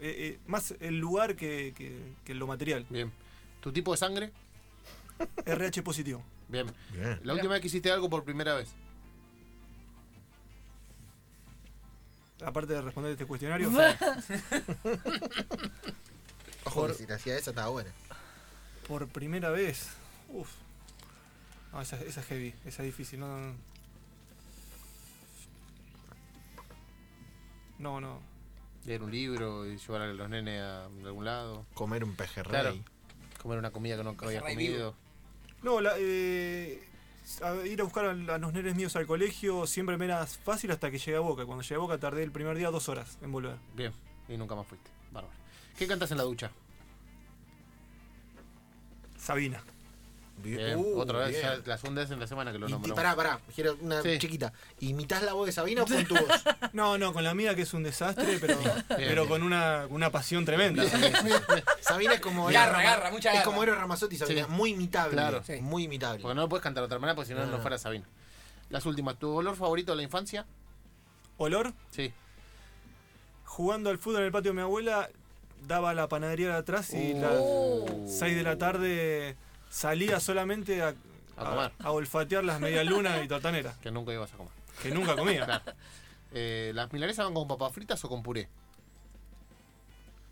eh, eh, más el lugar que, que- que lo material.
Bien. ¿Tu tipo de sangre?
RH positivo.
Bien.
Bien.
La última vez que hiciste algo por primera vez.
Aparte de responder este cuestionario,
Ojo, que si te hacía esa estaba buena.
por primera vez. Uf. No, esa, esa es heavy, esa es difícil. No, no, no. no, no.
Leer un libro y llevar a los nenes a algún lado.
Comer un pejerrey.
Claro. Comer una comida que nunca había
Pejerrey
comido.
No, la, eh, a- ir a buscar a, a los nenes míos al colegio siempre me era fácil hasta que llegué a Boca. Cuando llegué a Boca tardé el primer día dos horas en volver.
Bien. Y nunca más fuiste. Bárbaro. ¿Qué cantas en la ducha?
Sabina.
Bien.
Bien.
Uh,
Eh, Otra vez,
bien.
ya la segunda vez en la semana que lo
Y- y
nombramos.
pará, pará, quiero una
Sí.
chiquita. ¿Imitás la voz de Sabina o con tu voz?
No, no, con la mía que es un desastre, pero, pero
bien.
con una, una pasión tremenda.
Sabina es como.
Garra,
Rama-
garra, mucha garra.
Es como Ero Ramazzotti, Sabina.
Sí.
Muy imitable.
Claro.
Sí.
Muy imitable.
Porque no lo puedes cantar de otra manera, porque si no, no fuera Sabina. Las últimas, ¿tu olor favorito de la infancia?
Olor,
Sí.
jugando al fútbol en el patio de mi abuela, daba la panadería de atrás y
Uh.
las 6 de la tarde salía solamente a,
A comer.
a olfatear las medialunas y tartaneras,
Que nunca ibas a comer.
que nunca comía.
Eh, ¿Las milanesas van con papas fritas o con puré?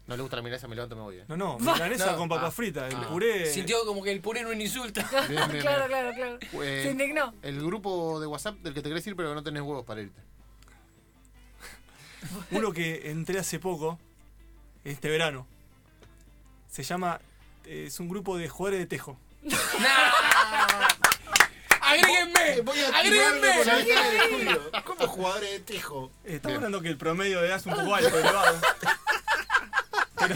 No le gusta la milanesa, me levanto y me voy. eh.
No, no, milanesa
No.
con papas fritas, el puré.
Sintió como que el puré no era un insulto.
Bien, bien,
claro, claro,
bien.
claro.
Eh,
Se indignó.
El grupo de WhatsApp del que te querés ir, pero que no tenés huevos para irte.
Uno que entré hace poco, este verano. Se llama. eh, Es un grupo de jugadores de tejo.
¡Nah! ¡Agréguenme!
Eh, Voy a
¡Agréguenme!
tirarme por la ventana del estudio. ¿Cómo jugadores de tejo?
Eh, Estamos
Bien.
hablando que el promedio de edad es un poco alto, elevado. Pero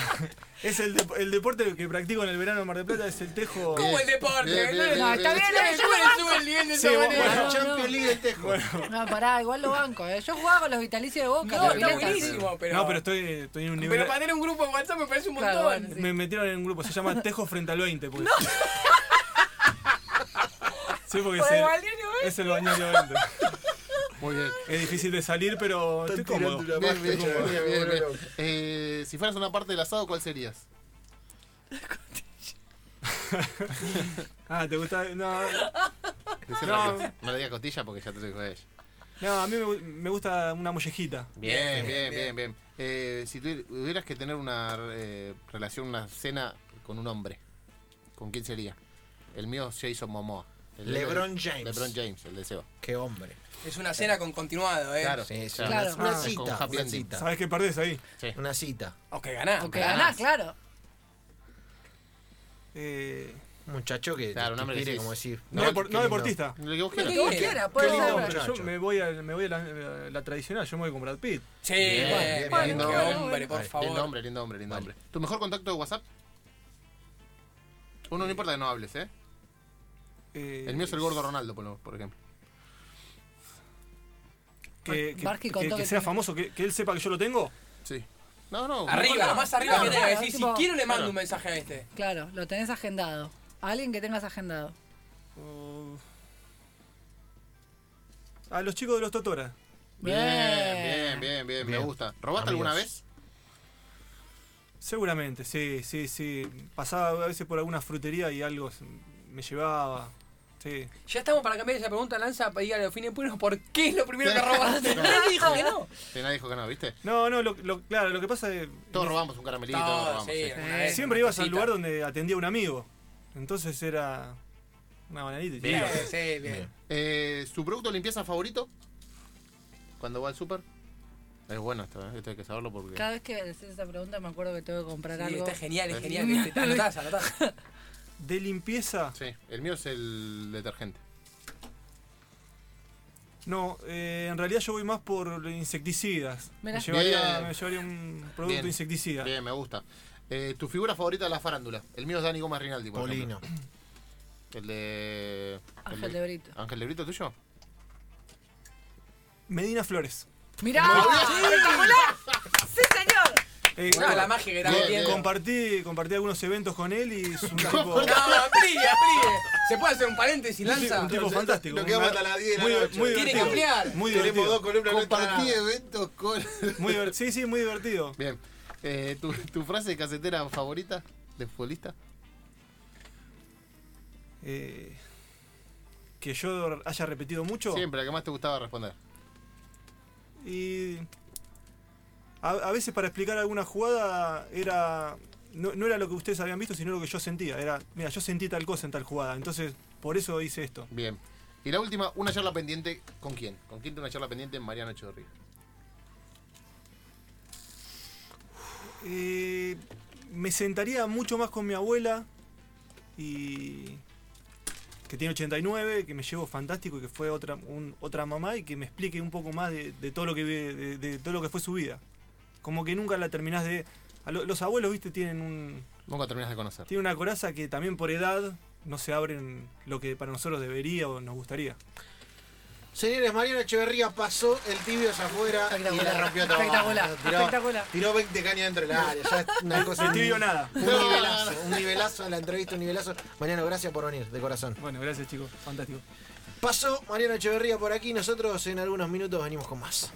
es el, dep- el deporte que practico en el verano en Mar del Plata, es el tejo.
¿Cómo el deporte?
Bien, bien, bien,
No,
bien.
está bien,
Sí,
sube, sube el nivel de
Sí,
esa
bueno,
manera.
No, no.
Champions League del tejo.
No, pará, igual lo banco, ¿eh? Yo jugaba con los vitalicios de boca.
No,
la
está
pileta.
buenísimo, pero.
No, pero estoy, eh, estoy en un nivel.
Pero para tener un grupo de WhatsApp me parece un
Claro,
montón.
bueno, sí.
Me metieron en un grupo, se llama Tejo frente al 20. Porque... Sí, porque es
Por el
el,
balneario, ¿eh?
es el balneario 20.
Muy bien.
Es difícil de salir, pero estoy cómodo.
Bien, bien,
Techo,
bien,
bien,
bien, bien.
boludo.
Eh, si fueras una parte del asado, ¿cuál serías?
Ah, ¿te gusta? No,
Dice
No.
Raquel, no le digas costilla porque ya te lo dijo ella.
no, a mí me, gu- me gusta una mollejita.
Bien,
Bien, bien, Este,
bien.
bien, bien. Eh, si tuvi- tuvieras que tener una eh, relación, una cena con un hombre, ¿con quién sería? El mío es Jason Momoa. El de-
LeBron James.
LeBron James, el deseo.
Qué hombre.
Es una cena con continuado, ¿eh?
Claro.
Sí, sí.
Claro.
Una, una
Ah,
con
cita,
happy
una
ending.
cita.
¿Sabes qué perdés ahí?
Una cita.
Aunque ganás.
Aunque ganás, claro.
Eh,
Un muchacho que
Claro, un
te
hombre que
quiere,
decís,
como decir.
no,
"Qué
depor- no
lindo".
deportista.
Lo que vos
Lo
quieras.
que vos quieras,
Qué
puede
lindo
ser.
hombre.
Pero yo
muchacho.
me voy a, me voy a la, la tradicional, yo me voy con Brad Pitt.
Sí,
Bien,
bueno,
bien,
bueno,
lindo.
qué
Bueno,
hombre,
bueno.
por favor.
Lindo hombre, lindo hombre, lindo hombre. ¿Tu mejor contacto de WhatsApp? Uno no importa que no hables, ¿eh?
Eh,
El mío es el gordo Ronaldo, por lo- por ejemplo.
Que, que-
Barsky
que-
contó
que
que
sea
tiene-
famoso, que, que él sepa que yo lo tengo.
Sí. No, no.
Arriba,
no,
más arriba
No,
que
claro,
tenés que decir,
tipo-
si quiero le mando
Claro.
un mensaje a este.
Claro, lo tenés agendado. A alguien que tengas agendado.
Uh, a los chicos de los Totora.
Bien, bien, bien, bien, me
Bien.
gusta. ¿Robaste alguna vez?
Amigos.
Seguramente, sí, sí, sí. Pasaba a veces por alguna frutería y algo se- me llevaba. Sí.
Ya estamos para cambiar esa pregunta, Lanza, para ir a los fines puros, ¿por qué es lo primero que robaste? Nadie dijo que no.
Sí, nadie dijo que no, ¿viste?
No, no, lo, lo- claro, lo que pasa es
Todos robamos un caramelito,
Todo,
todos robamos.
sí,
sí.
alguna vez,
siempre
una
ibas al
cosita.
lugar donde atendía un amigo. Entonces era una bananita. y te
Sí,
ibas.
sí, bien.
Eh, ¿Su producto de limpieza favorito? Cuando va al súper. Es bueno esto, ¿eh? esto hay que saberlo porque.
Cada vez que haces esa pregunta me acuerdo que tengo que comprar
Sí,
algo.
está genial, es
Sí.
genial. viste, te Anotás, anotás.
De limpieza.
Sí, el mío es el detergente.
No, eh, en realidad yo voy más por insecticidas.
Mirá.
Me llevaría,
Bien.
me llevaría un producto
Bien.
insecticida.
Bien, me gusta. Eh, ¿Tu figura favorita de la farándula? El mío es Dani Gómez Rinaldi, por
Polino.
ejemplo. El de.
Ángel de Brito.
¿Ángel de Brito tuyo?
Medina Flores.
¡Mirá! ¡Espectacular! ¡Sí, señor!
Eh,
Notá la magia que está
Bien,
metiendo.
bien.
compartí, compartí algunos eventos con él y es un tipo,
No, aplique, aplique. ¿Se puede hacer un paréntesis, Lanza?
un tipo fantástico.
Lo que vamos hasta las 10 de la
muy,
noche.
muy
Tiene que
divertido.
ampliar.
Muy divertido.
columnas
Compartí
nuestras.
eventos con.
Muy diver- Sí, sí, muy divertido.
Bien. Eh, ¿tu, tu frase casetera favorita de futbolista?
Eh, que yo haya repetido mucho.
Siempre, la que más te gustaba responder.
Y a, a veces para explicar alguna jugada era no, no era lo que ustedes habían visto, sino lo que yo sentía. Era, mira, yo sentí tal cosa en tal jugada. Entonces, por eso hice esto.
Bien. Y la última, una charla pendiente con quién? ¿Con quién tiene una charla pendiente Mariano Echeverría?
Eh, me sentaría mucho más con mi abuela y que tiene 89, que me llevo fantástico y que fue otra un- otra mamá y que me explique un poco más de, de todo lo que ve- de, de todo lo que fue su vida. Como que nunca la terminás de a lo- los abuelos, ¿viste? tienen un
Nunca terminas de conocer.
tienen una coraza que también por edad no se abren lo que para nosotros debería o nos gustaría.
Señores, Mariano Echeverría pasó, el tibio es afuera y la
Espectacular.
rompió todo.
Espectacular.
Tiró,
Espectacular.
tiró 20 cañas dentro del área. Ya es una cosa.
No tibio nada.
Un
No.
nivelazo, un nivelazo en la entrevista, un nivelazo. Mariano, gracias por venir, de corazón.
Bueno, gracias chicos, fantástico.
Pasó Mariano Echeverría por aquí, nosotros en algunos minutos venimos con más.